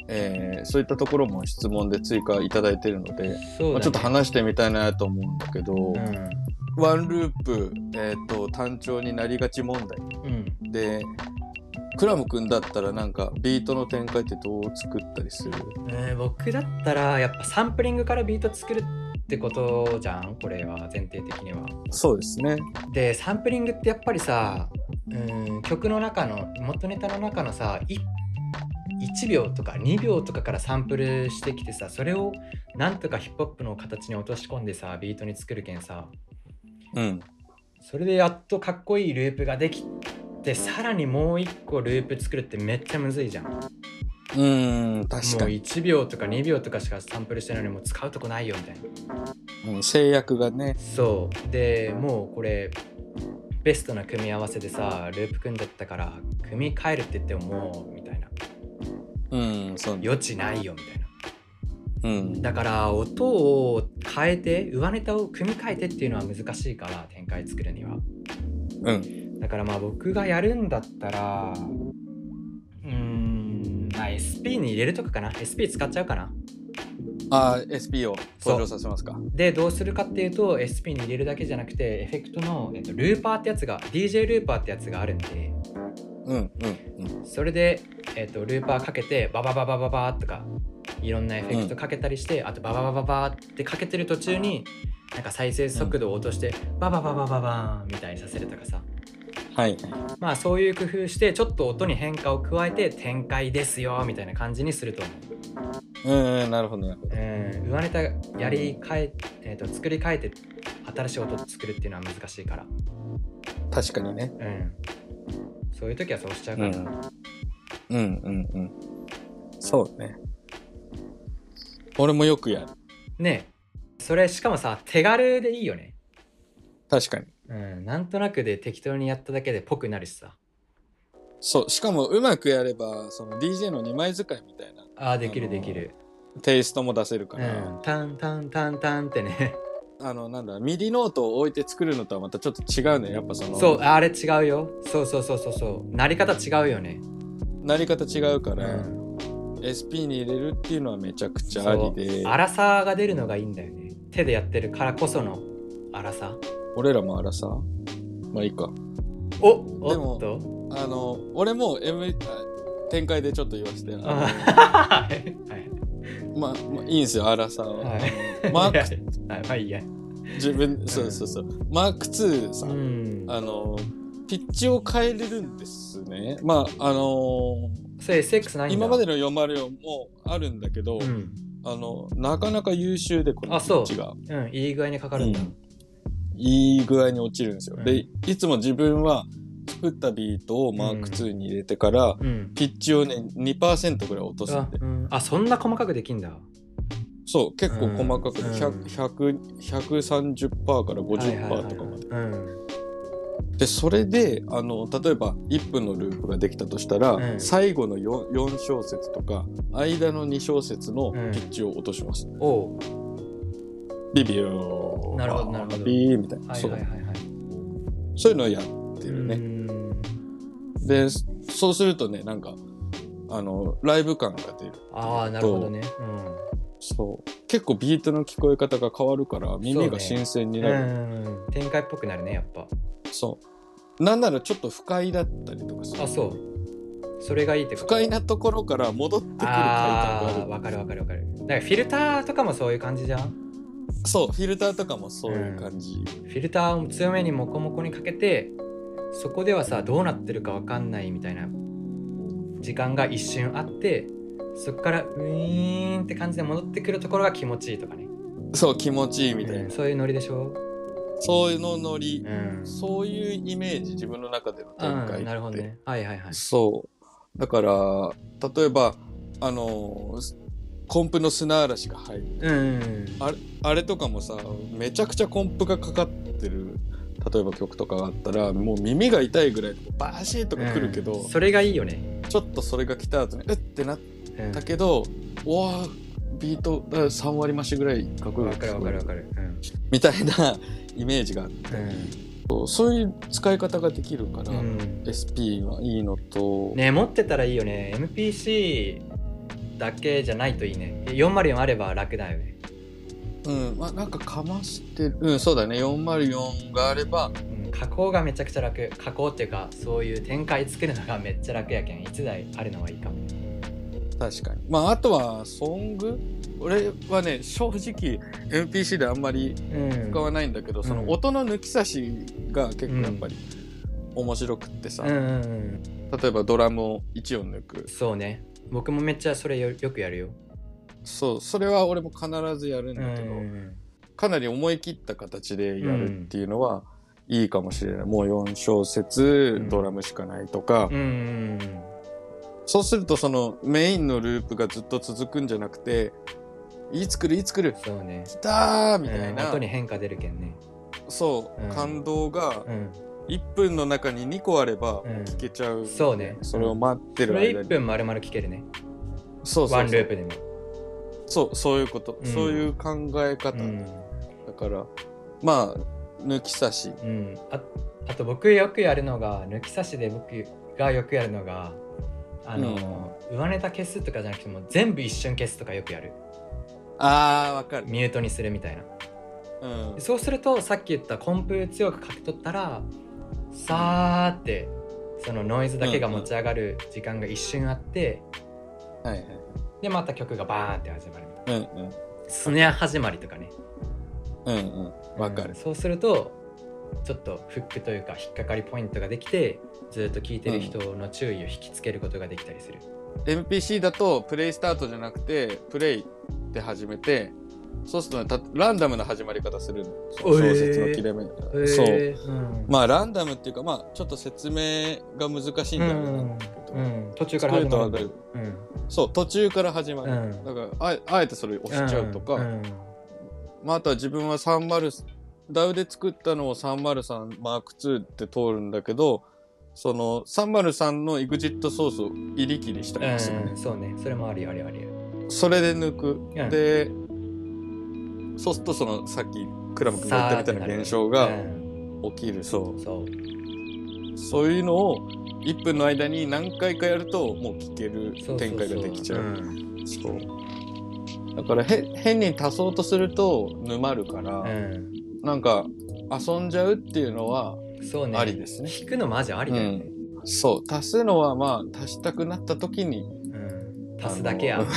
えーそういったところも質問で追加いただいてるので、そうだね、まあ、ちょっと話してみたいなと思うんだけど、ワンループ、えー、と単調になりがち問題うん、うん、でクラム君だったらなんかビートの展開ってどう作ったりするえー僕だったらやっぱサンプリングからビート作るってことじゃんこれは前提的には。そうですね。でサンプリングってやっぱりさうーん曲の中の元ネタの中のさい1秒とか2秒とかからサンプルしてきてさそれをなんとかヒップホップの形に落とし込んでさビートに作るけんさうん。それでやっとかっこいいループができてさらにもう1個ループ作るってめっちゃむずいじゃんもううーん、確かに。 1秒とか2秒とかしかサンプルしてないのにもう使うとこないよみたいなうん制約がね。そうでもうこれベストな組み合わせでさループ組んじゃったから組み替えるって言ってももうみたいなうん、そうね。余地ないよみたいなうん。だから音を変えて上ネタを組み替えてっていうのは難しいから展開作るにはうん。だからまあ僕がやるんだったらうーんまあ SP に入れるとかかな SP 使っちゃうかなあー SP を登場させますか。でどうするかっていうと SP に入れるだけじゃなくてエフェクトの、えっと、ルーパーってやつが DJ ルーパーってやつがあるんでうん、うん、うん。それで、えっとルーパーかけてババババババーとかいろんなエフェクトかけたりして、あとバババババーってかけてる途中になんか再生速度を落として、ババババババーンみたいにさせるとかさはい。まあそういう工夫してちょっと音に変化を加えて展開ですよみたいな感じにすると思うん、うんなるほど、なるほどう、う。ん、上ネタやり変え、えっと作り変えて新しい音を作るっていうのは難しいから、確かにね。うん、そういう時はそうしちゃううかんら、。うん、うん、うん。そうね。俺もよくやる。ねえそれしかもさ手軽でいいよね確かに。うん、なんとなくで適当にやっただけでぽくなるしさ。そう。しかも、うまくやれば、その DJ の二枚使いみたいなああ、できるあのーできる。テイストも出せるかうら、ん、タンタンタンタンってね。あの、なんだ、ミディノートを置いて作るのとはまたちょっと違うね。やっぱその、そう、あれ違うよ。そうそうそうそうそう。なり方違うよね。なり方違うかうら、ん。 SP に入れるっていうのはめちゃくちゃあそりうで。荒さが出るのがいいんだよね。手でやってるからこその荒さ。俺らもあらさまあいいかおでもおっと。あの俺も、M、あ展開でちょっと言わせてあのあはいまあ、まあ、いいんですよあらさは、はい。マークク。はい、まあいいや。自分そうそうそうマーク2さ、うん。あのピッチを変えれるんですねまああのそれ SX ないんだ今までの404もあるんだけど、うん。あのなかなか優秀でこのあピそうッチがうん、いい具合にかかるんだ。うんいい具合に落ちるんですよ、うんでいつも自分は作ったビートをマーク2に入れてから、うん。ピッチをね2%ぐらい落とすんあでうんあ、そんな細かくできんだ。そう結構細かくうん100 100 130%から50%とかまで。はいはいはいはいうん。でそれであの例えば1分のループができたとしたら、うん最後の 4, 4小節とか間の2小節のピッチを落とします。おうビビューなるほどなるほどビーみたいな、はいそはういはいはい。そういうのをやってるね。ね。でそうするとねなんかあのライブ感が出る。ああ、なるほどね。そう結構ビートの聞こえ方が変わるから耳が新鮮にうん。なる。うん。展開っぽくなるね、やっぱ。そう。なんならちょっと不快だったりとかするあ、そう。それがいいってこ不と快なところから戻ってくる快感があああ、る。わかるわかるわかる。だからフィルターとかもそういう感じじゃん。そう、フィルターとかもそういう感じ。フィルターを強めにモコモコにかけて、そこではさ、どうなってるかわかんないみたいな時間が一瞬あって、そこからうーんって感じで戻ってくるところが気持ちいいとかね。そう、気持ちいいみたいな。うんそういうノリでしょ。そういうのノリう、ん。そういうイメージ、自分の中での展開っうて。んなるほどね。はいはいはい。そう。だから、例えば、あのーコンプの砂嵐が入る。うん。あれとかもさ、めちゃくちゃコンプがかかってる。例えば曲とかがあったらもう耳が痛いぐらいバシッとか来るけど、うんそれがいいよね、ちょっとそれが来た後にうってなっうん、だけど、うわービートだ3割増しぐらいかっこよわくか聞るわこかえるわかる、うんみたいなイメージがあってそうそういう使い方ができるから、うん SP はいいのと、ね持ってたらいいよね MPC だけじゃないといいね404あれば楽だよね、うんまあ、なんかかましてる、うん、そうだね404があればうん、加工がめちゃくちゃ楽加工っていうかそういう展開作るのがめっちゃ楽やけん1台あるのはいいかも確かにまああとはソング俺はね正直 NPC であんまりうん使わないんだけど、その音の抜き差しが結構やっぱり面白くってさ、うんうんうん例えばドラムを1音抜くそうね僕もめっちゃそれよよくやるよそうそれは俺も必ずやるんだけど、うんかなり思い切った形でやるっていうのは、いいかもしれないもう4小う節んドラムしかないとか、うんうんうんそうするとそのメインのループがずっと続くんじゃなくていつ来るいつ来るそうね来たーみたいうんな、音に変化出るけんねそう、うん感動がうん1分の中に2個あればうん聞けちゃう、そうねそれを待ってそるれ間1に分丸々聞けるねそうそワうンそルうープでもそうそういうこと、うんそういう考え方、うんだからまあ抜き差しうん、ああと僕よくやるのが抜き差しで僕がよくやるのがあの、上ネタ消すとかじゃなくても全部一瞬消すとかよくやるあーわかる、ミュートにするみたいなうん、そうするとさっき言ったコンプ強く書き取ったらさーってそのノイズだけが持ち上がる時間が一瞬あって、はいはいでまた曲がバーンって始まるうんうんスネア始まりとかねうんうんわかうるん、そうするとちょっとフックというか引っかかりポイントができてずっと聞いてる人の注意を引きつけることができたりする、 NPC だとプレイスタートじゃなくてプレイで始めてそうするとねたランダムな始まり方するのそのえー小説の切れ目、そうへーうんまあランダムっていうかまあちょっと説明が難しいんだよね、だけど、うん途中から作始るとまわかるるそう途中から始まうる、んうんだからあえあえてそれ押しちゃうとか、んまあ、あとは自分は30ダウで作ったのを303マーク2って通るんだけどその303の EXIT ソースを入り切りしたうりする、んうんそうねそれもありありありそれで抜く、うんでそうするとそのさっきクラム君が言ったみたいな現象うがん起きるそそううそういうのを1分の間に何回かやるともう聞けるそうそうそう展開ができちゃううんそうだからへ変に足そうとすると沼るから、なんか遊んじゃうっていうのは、うんそうねありですね弾くのマジありだよね、そう足すのはまあ足したくなった時にうん足すだけやあの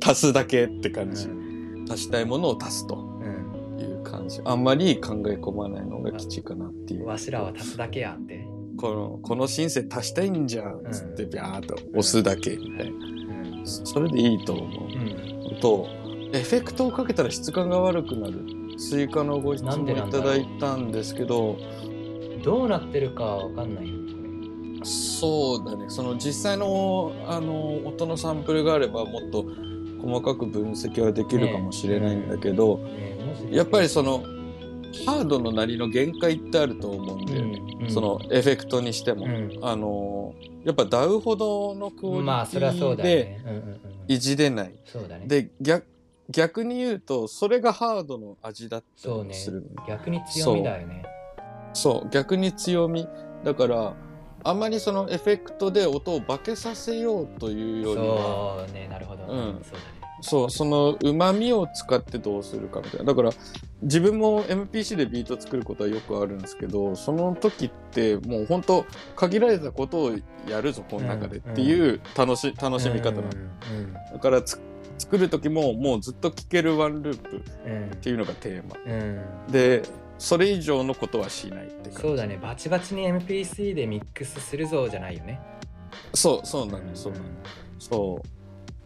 足すだけって感じ、うん足したいものを足すとうんいう感じあんまり考え込まないのが基地かなっていうわしらは足すだけやって、このこのシンセ足したいんじゃんうんつってビャーっと押すだけみたいなうんそれでいいと思うん、うとエフェクトをかけたら質感が悪くなる追加のご質なん問でいなんだたろだういたんですけどどうなってるかわかんないよねこれそうだねその実際のあの音のサンプルがあればもっと細かく分析はできるかもしれないんだけど、ねマジでやっぱりそのハードのなりの限界ってあると思うんで、うんうんそのエフェクトにしても、うんあのやっぱダウほどのクオリテまあそれはそうィだよでね、うんうんうん、いじれない、そうだねで逆逆に言うとそれがハードの味だったそうりねするの逆に強みだよねそう逆に強みだからあんまりそのエフェクトで音を化けさせようというそようりはねなるほど、うんそうそうそのうまみを使ってどうするかみたいなだから自分も MPC でビート作ることはよくあるんですけどその時ってもう本当限られたことをやるぞこの中でっうんていう楽し,、楽だねしみ方なうの、んだからつ作る時ももうずっと聴けるワンループっうんうんていうのがテーマうん、でそれ以上のことはしないって感うんじそうだねバチバチに MPC でミックスするぞじゃないよねそうそうなのよそうなのよそう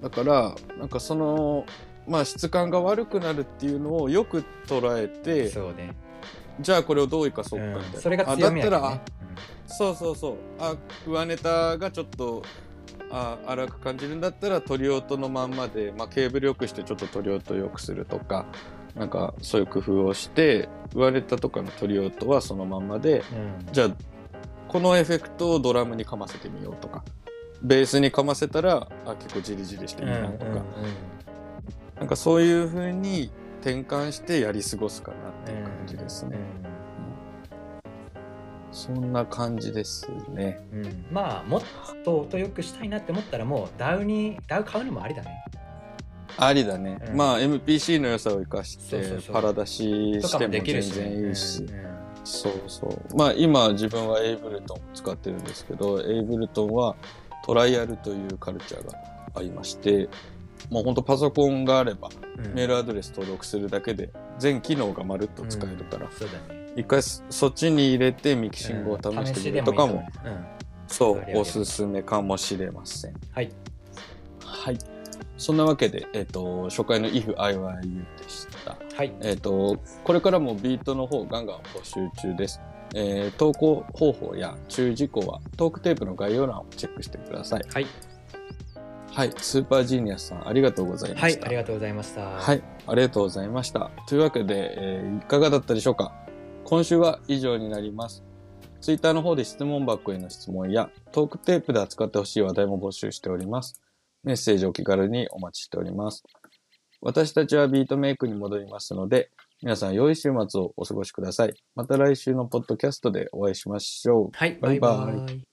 だからなんかそのまあ質感が悪くなるっていうのをよく捉えうんてそうね、じゃあこれをどう生かそううかみたいんな、、それが強みやあだよったらねあそうそうそうあ上ネタがちょっとあ荒く感じるんだったら鳥音のまんまで、まあ、ケーブル良くしてちょっと鳥音良くするとかなんかそういう工夫をして上ネタとかの鳥音はそのまんまでうんうんじゃあこのエフェクトをドラムにかませてみようとかベースにかませたらあ結構ジリジリしていいなとか、うんうんなんかそういう風に転換してやり過ごすかなっていう感じですね、そんな感じですねうんうんまあもっと音良くしたいなって思ったらもうダウにダウ買うのもありだねありだね、うんまあ MPC の良さを生かしそうそうてそうパラ出しとしかてももでき全るしね然いいし、うんうんそうそうまあ今自分はエイブルトン使ってるんですけどエイブルトンはトライアルというカルチャーがありましてもうほんとパソコンがあればうんメールアドレス登録するだけで全機能がまるっと使えるから、そうだね一回そそっちに入れてミキシングを試してみるとかも,、うん試しでいいと思ううんそうありがとうおすすめかもしれませんはいはいそんなわけで、えっと初回の IfIYU でしたはいえっ、と、これからもビートの方ガンガン募集中です。えー投稿方法や注意事項はトークテープの概要欄をチェックしてください。はいはい、スーパージーニアスさんありがとうございまはしいた。ありがとうございましたはい、ありがとうございました。というわけで、えーいかがだったでしょうか今週は以上になります。ツイッターの方で質問箱への質問やトークテープで扱ってほしい話題も募集しております。メッセージをお気軽にお待ちしております。私たちはビートメイクに戻りますので、皆さん良い週末をお過ごしください。また来週のポッドキャストでお会いしましょう。はいババイイバイバイ